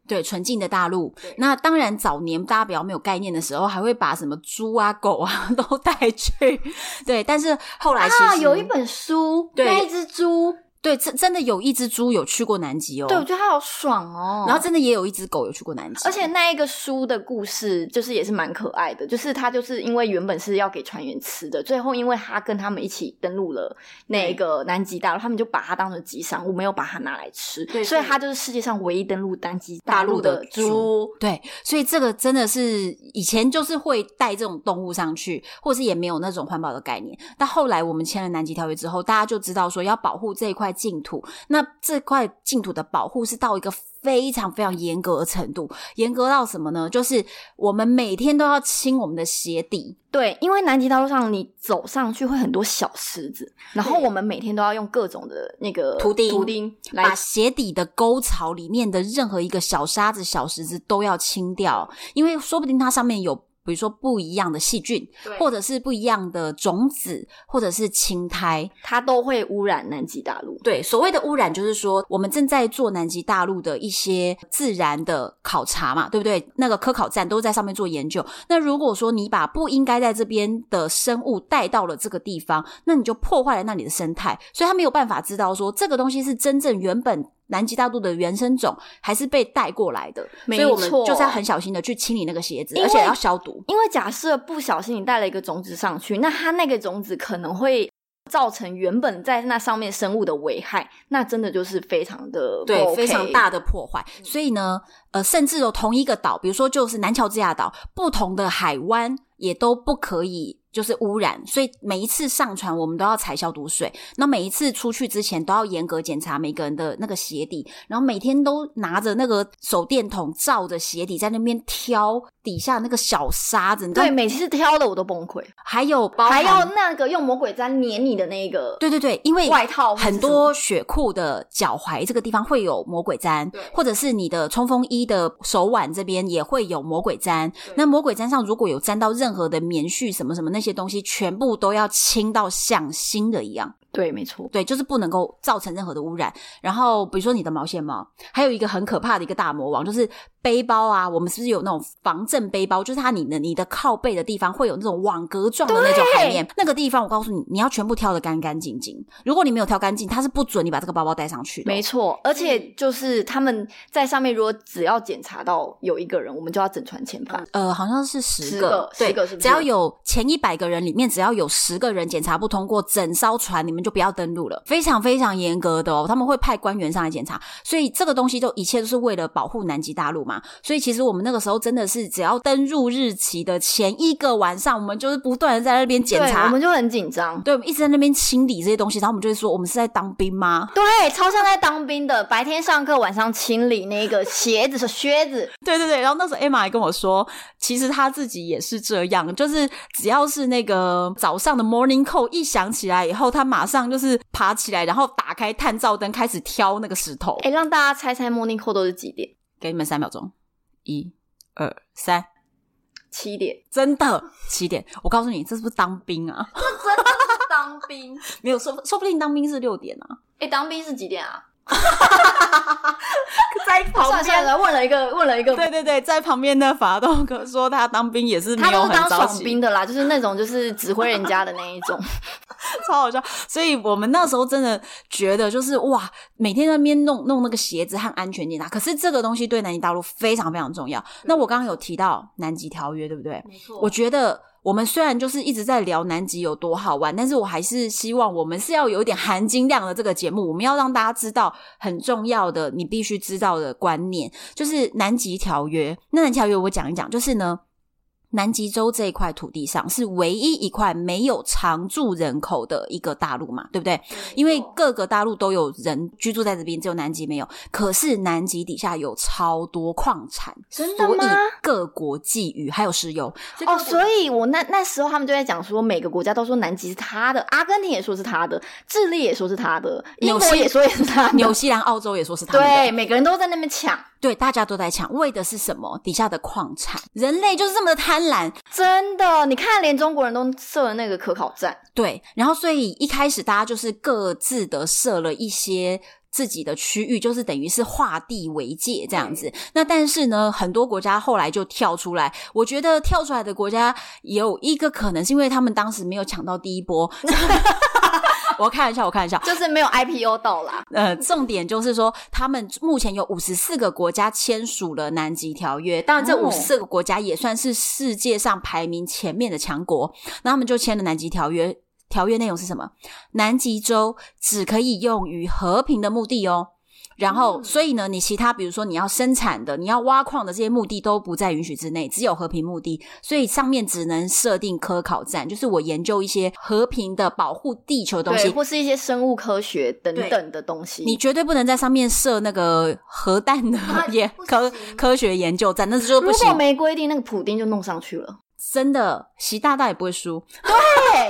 Speaker 1: 对，纯净的大陆
Speaker 2: 对。
Speaker 1: 那当然，早年大家比较没有概念的时候，还会把什么猪啊、狗啊 都带去。对，但是后来其实、
Speaker 2: 啊，有一本书，
Speaker 1: 对
Speaker 2: 那一只猪，
Speaker 1: 对，真真的有一只猪有去过南极哦。
Speaker 2: 对我觉得它好爽哦。
Speaker 1: 然后真的也有一只狗有去过南极，
Speaker 2: 而且那一个书的故事，就是也是蛮可爱的，就是他就是因为原本是要给船员吃的，最后因为他跟他们一起登陆了那个南极大陆，他们就把它当成吉祥物，没有把它拿来吃，
Speaker 1: 对
Speaker 2: 所以
Speaker 1: 是
Speaker 2: 它就是世界上唯一登陆南极
Speaker 1: 大
Speaker 2: 陆
Speaker 1: 陆
Speaker 2: 的
Speaker 1: 的
Speaker 2: 猪。
Speaker 1: 对，所以这个真的是以前就是会带这种动物上去，或是也没有那种环保的概念。但后来我们签了南极条约之后，大家就知道说要保护这一块净土，那这块净土的保护是到一个。非常非常严格的程度，严格到什么呢？就是我们每天都要清我们的鞋底，
Speaker 2: 对，因为南极大陆上你走上去会很多小石子，然后
Speaker 1: 对
Speaker 2: 我们每天都要用各种的那个
Speaker 1: 图钉
Speaker 2: 图钉来
Speaker 1: 把鞋底的沟槽里面的任何一个小沙子、小石子都要清掉，因为说不定它上面有，比如说不一样的细菌，或
Speaker 2: 或
Speaker 1: 者是不一样的种子，或者是青苔。
Speaker 2: 它都会污染南极大陆。
Speaker 1: 对，所谓的污染就是说，我们正在做南极大陆的一些自然的考察嘛，对不对？那个科考站都在上面做研究。那如果说你把不应该在这边的生物带到了这个地方，那你就破坏了那里的生态，所以他没有办法知道说这个东西是真正原本。南极大陆的原生种还是被带过来的，所
Speaker 2: 没
Speaker 1: 以我们
Speaker 2: 错
Speaker 1: 就是要很小心的去清理那个鞋子
Speaker 2: 因，为
Speaker 1: 而且要消毒。
Speaker 2: 因为假设不小心你带了一个种子上去，那它那个种子可能会造成原本在那上面生物的危害，那真的就是非常的
Speaker 1: 对
Speaker 2: OK 嗯
Speaker 1: 非常大。的破坏。所以呢，呃，甚至有同一个岛，比如说就是南乔治亚岛，不同的海湾也都不可以就是污染，所以每一次上船我们都要采消毒水，那每一次出去之前都要严格检查每个人的那个鞋底，然后每天都拿着那个手电筒照着鞋底在那边挑底下那个小沙子，你知道
Speaker 2: 对，每次挑的我都崩溃，
Speaker 1: 还有包
Speaker 2: 还
Speaker 1: 含
Speaker 2: 有那个用魔鬼粘粘你的那个，
Speaker 1: 对对对，因为
Speaker 2: 外套或是
Speaker 1: 很多雪裤的脚踝这个地方会有魔鬼毡
Speaker 2: 对，
Speaker 1: 或者是你的冲锋衣的手腕这边也会有魔鬼毡。那魔鬼毡上如果有沾到任何的棉絮什么什么那些东西，全部都要清到像新的一样。
Speaker 2: 对，没错，
Speaker 1: 对，就是不能够造成任何的污染。然后比如说你的毛线帽，还有一个很可怕的一个大魔王，就是背包啊，我们是不是有那种防震背包？就是它你的你的靠背的地方会有那种网格状的那种海绵，那个地方我告诉你，你要全部挑的干干净净。如果你没有挑干净，它是不准你把这个包包带上去的哦。
Speaker 2: 没错，而且就是他们在上面，如果只要检查到有一个人，我们就要整船遣返。
Speaker 1: 呃，好像是十
Speaker 2: 十
Speaker 1: 个
Speaker 2: 个，
Speaker 1: 对，
Speaker 2: 十个是不是
Speaker 1: 只要有前一百个人里面，只要有十个人检查不通过，整艘船你们就不要登陆了，非常非常严格的哦，他们会派官员上来检查，所以这个东西就一切都是为了保护南极大陆嘛。所以其实我们那个时候真的是，只要登入日期的前一个晚上，我们就是不断的在那边检
Speaker 2: 对，我
Speaker 1: 查。嗯
Speaker 2: 们就很紧张。
Speaker 1: 对，我们一直在那边清理这些东西，然后我们就会说，我们是在当兵吗？
Speaker 2: 对，超像在当兵的，白天上课，晚上清理那个鞋子、 靴子。
Speaker 1: 对对对，然后那时候 Emma 也跟我说，其实她自己也是这样，就是只要是那个早上的 morning call 一响起来以后，她马上就是爬起来，然后打开探照灯开始挑那个石头。
Speaker 2: 哎，让大家猜猜 morning call 都是几点？
Speaker 1: 给你们三秒钟，一、二、三，
Speaker 2: 七点。
Speaker 1: 真的七点。我告诉你，这是不是当兵啊？
Speaker 2: 真的是当兵？
Speaker 1: 没有，说不说不定当兵是六点啊。
Speaker 2: 哎，当兵是几点 啊？
Speaker 1: 在旁
Speaker 2: 算了算
Speaker 1: 边，
Speaker 2: 了，问了一个，问了一个。
Speaker 1: 对对对，在旁边的法斗哥说他当兵也是没
Speaker 2: 他
Speaker 1: 有
Speaker 2: 都是
Speaker 1: 很
Speaker 2: 当
Speaker 1: 着
Speaker 2: 爽
Speaker 1: 急。
Speaker 2: 兵的啦，就是那种就是指挥人家的那一种。
Speaker 1: 超好笑。所以我们那时候真的觉得就是哇，每天在那边弄弄那个鞋子和安全检啊查。可是这个东西对南极大陆非常非常重要。那我刚刚有提到南极条约，对不对？
Speaker 2: 没错
Speaker 1: 我觉得。我们虽然就是一直在聊南极有多好玩，但是我还是希望我们是要有一点含金量的这个节目，我们要让大家知道很重要的你必须知道的观念，就是南极条约。那南极条约我讲一讲，就是呢，南极洲这一块土地上是唯一一块没有常住人口的一个大陆嘛，对不对？因为各个大陆都有人居住在这边，只有南极没有。可是南极底下有超多矿产，
Speaker 2: 真的
Speaker 1: 所以
Speaker 2: 吗
Speaker 1: 各国觊觎，还有石油。
Speaker 2: 哦，所以我那那时候他们就在讲说，每个国家都说南极是他的，阿根廷也说是他的，智利也说是他的，英
Speaker 1: 纽
Speaker 2: 国
Speaker 1: 西
Speaker 2: 也说也是他
Speaker 1: 纽
Speaker 2: 的，
Speaker 1: 西兰、澳洲也说是他们的，
Speaker 2: 对，每个人都在那边抢，
Speaker 1: 对大家都在抢，为的是什么？底下的矿产，人类就是这么的贪婪。
Speaker 2: 真的，你看连中国人都设了那个可考站，
Speaker 1: 对，然后所以一开始大家就是各自的设了一些自己的区域，就是等于是划地为界这样子。那但是呢，很多国家后来就跳出来，我觉得跳出来的国家也有一个可能是因为他们当时没有抢到第一 波。 我看一下，我看一下，
Speaker 2: 就是没有 IPO 到啦。
Speaker 1: 呃，重点就是说，他们目前有五十四个国家签署了南极条约，当然这五
Speaker 2: 哦
Speaker 1: 十四个国家也算是世界上排名前面的强国，那他们就签了南极条约。条约内容是什么？南极洲只可以用于和平的目的哦。然后，
Speaker 2: 嗯
Speaker 1: 所以呢，你其他比如说你要生产的、你要挖矿的这些目的都不在允许之内，只有和平目的。所以上面只能设定科考站，就是我研究一些和平的、保护地球的东
Speaker 2: 对，
Speaker 1: 西，
Speaker 2: 或是一些生物科学等
Speaker 1: 对
Speaker 2: 等的东西。
Speaker 1: 你绝对不能在上面设那个核弹的研
Speaker 2: 啊不行
Speaker 1: 科科学研究站，那就是不
Speaker 2: 如果
Speaker 1: 行。
Speaker 2: 没规定，那个普丁就弄上去了。
Speaker 1: 真的，习大大也不会输。
Speaker 2: 对，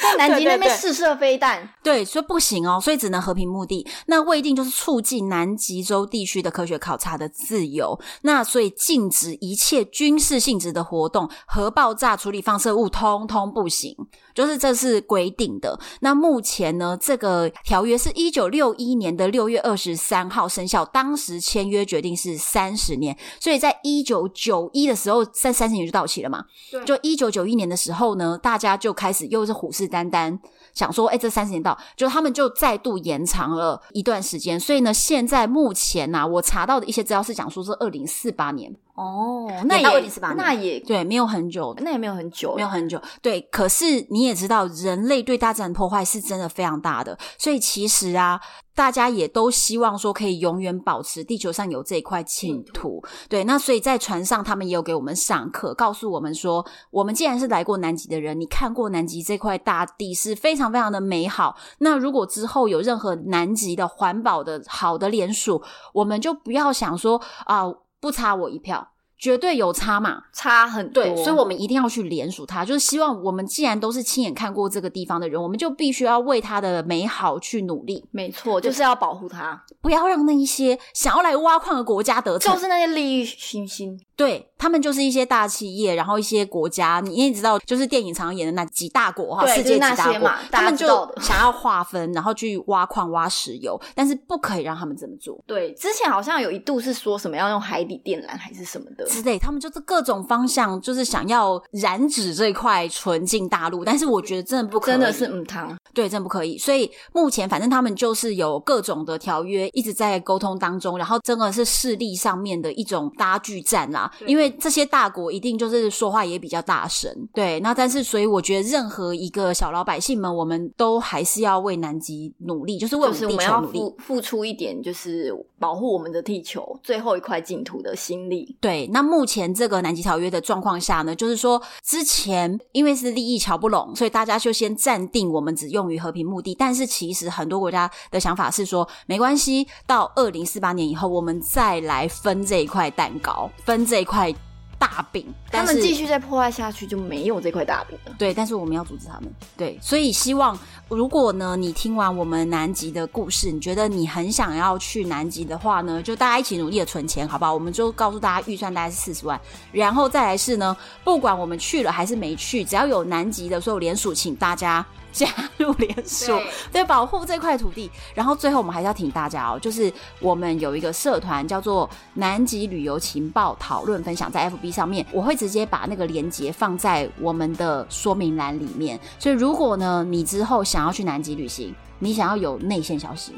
Speaker 2: 在南
Speaker 1: 对
Speaker 2: 极那
Speaker 1: 对
Speaker 2: 边
Speaker 1: 对
Speaker 2: 试射飞弹，
Speaker 1: 对，所以不行哦，所以只能和平目的。那未定就是促进南极洲地区的科学考察的自由。那所以禁止一切军事性质的活动，核爆炸、处理放射物，通通不行。就是这是规定的。那目前呢，这个条约是一九六一年的六月二十三号生效，当时签约决定是三十年，所以在一九九一的时候，在三十年就到期了嘛。
Speaker 2: 对
Speaker 1: 就一九九一年的时候呢，大家就开始又是虎视眈眈，想说，哎、这三十年到，就他们就再度延长了一段时间。所以呢，现在目前呐、我查到的一些资料是讲说是二零四八年，
Speaker 2: 哦，
Speaker 1: 那
Speaker 2: 那
Speaker 1: 也
Speaker 2: 也
Speaker 1: 2048年
Speaker 2: 那也
Speaker 1: 对，没有很久，
Speaker 2: 那也没有很久，
Speaker 1: 没有很久，对。可是你也知道，人类对大自然破坏是真的非常大的，所以其实啊，大家也都希望说可以永远保持地球上有这一块净土。对，那所以在船上，他们也有给我们上课，告诉我们说，我们既然是来过南极的人，你看过南极这块大地是非常非常的美好。那如果之后有任何南极的环保的好的联署，我们就不要想说啊、不差我一票，绝对有差嘛。
Speaker 2: 差很多。
Speaker 1: 对，所以我们一定要去联署它，就是希望我们既然都是亲眼看过这个地方的人，我们就必须要为它的美好去努力，
Speaker 2: 没错，就是要保护它，
Speaker 1: 不要让那一些想要来挖矿的国家得逞。
Speaker 2: 就是那些利益熏心。
Speaker 1: 对他们就是一些大企业，然后一些国家，你也知道，就是电影常演的那几大国哈，
Speaker 2: 对
Speaker 1: 世界几
Speaker 2: 就是那
Speaker 1: 大
Speaker 2: 些
Speaker 1: 国
Speaker 2: 嘛，
Speaker 1: 他们
Speaker 2: 大家
Speaker 1: 就
Speaker 2: 知道的
Speaker 1: 想要划分，然后去挖矿、挖石油，但是不可以让他们这么做
Speaker 2: 对，之前好像有一度是说什么要用海底电缆还是什么的，
Speaker 1: 之类，他们就是各种方向，就是想要染指这块纯净大陆，但是我觉得真的不可以，
Speaker 2: 真的是嗯汤。
Speaker 1: 对，真的不可以。所以目前反正他们就是有各种的条约一直在沟通当中，然后真的是势力上面的一种拉锯战啦、
Speaker 2: 对
Speaker 1: 因为这些大国一定就是说话也比较大声，对。那但是所以我觉得任何一个小老百姓们，我们都还是要为南极努力，就是为
Speaker 2: 就
Speaker 1: 我们
Speaker 2: 是我
Speaker 1: 地
Speaker 2: 们
Speaker 1: 球
Speaker 2: 要
Speaker 1: 努力。
Speaker 2: 付付出一点，就是保护我们的地球最后一块净土的心力。
Speaker 1: 对，那目前这个南极条约的状况下呢，就是说之前因为是利益瞧不拢，所以大家就先暂定我们只用于和平目的。但是其实很多国家的想法是说，没关系，到二零四八年以后，我们再来分这一块蛋糕，分这一块大饼。
Speaker 2: 他
Speaker 1: 但
Speaker 2: 们
Speaker 1: 是
Speaker 2: 继续再破坏下去，就没有这块大饼了。
Speaker 1: 对，但是我们要阻止他们。对，所以希望如果呢，你听完我们南极的故事，你觉得你很想要去南极的话呢，就大家一起努力的存钱，好不好？我们就告诉大家预算大概是四十万，然后再来是呢，不管我们去了还是没去，只要有南极的所有联署，请大家 加入联署。对，保护这块土地。然后最后我们还是要请大家哦，就是我们有一个社团叫做南极旅游情报讨论分享，在 FB 上面，我会直接把那个链接放在我们的说明栏里面。所以如果呢，你之后想要去南极旅行，你想要有内线消息，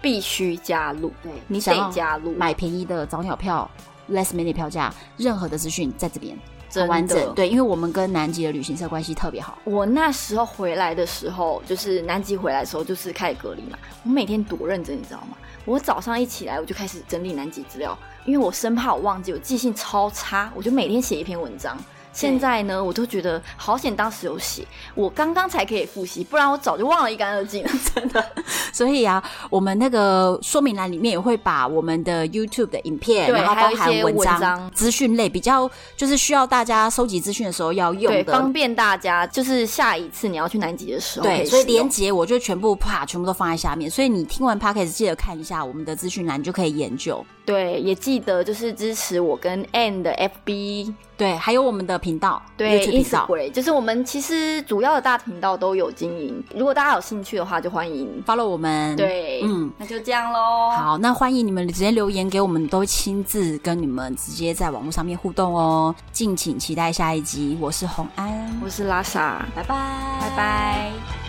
Speaker 2: 必须加入，对你
Speaker 1: 想要
Speaker 2: 得加入，
Speaker 1: 买便宜的早鸟票。less minute 票价，任何的资讯在这边
Speaker 2: 真的
Speaker 1: 完整。。对，因为我们跟南极的旅行社关系特别好，
Speaker 2: 我那时候回来的时候，就是南极回来的时候，就是开始隔离嘛。我每天多认真，你知道吗？我早上一起来，我就开始整理南极资料，因为我生怕我忘记，我记性超差，我就每天写一篇文章。现在呢，我都觉得好险，当时有写，我刚刚才可以复习，不然我早就忘了一干二净了，真 的。
Speaker 1: 所以啊，我们那个说明栏里面也会把我们的 YouTube 的影片，
Speaker 2: 对
Speaker 1: 然后包含
Speaker 2: 还有一些文章
Speaker 1: 章、资讯类比较，就是需要大家收集资讯的时候要用
Speaker 2: 对，
Speaker 1: 的
Speaker 2: 方。便大家，就是下一次你要去南极的时候可
Speaker 1: 对，
Speaker 2: 以
Speaker 1: 所以
Speaker 2: 使用
Speaker 1: 连接我就全部啪，全部都放在下面。所以你听完 podcast 记得看一下我们的资讯栏，你就可以研究。
Speaker 2: 对，也记得就是支持我跟 Anne 的 FB
Speaker 1: 对，还有我们的频道，
Speaker 2: 对
Speaker 1: YouTube 频道
Speaker 2: Instagram，就是我们其实主要的大频道都有经营，如果大家有兴趣的话，就欢迎。
Speaker 1: ，follow 我们。，
Speaker 2: 对，
Speaker 1: 嗯，
Speaker 2: 那就这样喽。，
Speaker 1: 好，那欢迎你们直接留言给我们，都亲自跟你们直接在网络上面互动哦。敬请期待下一集，我是红安，
Speaker 2: 我是拉萨，
Speaker 1: 拜拜，拜
Speaker 2: 拜拜。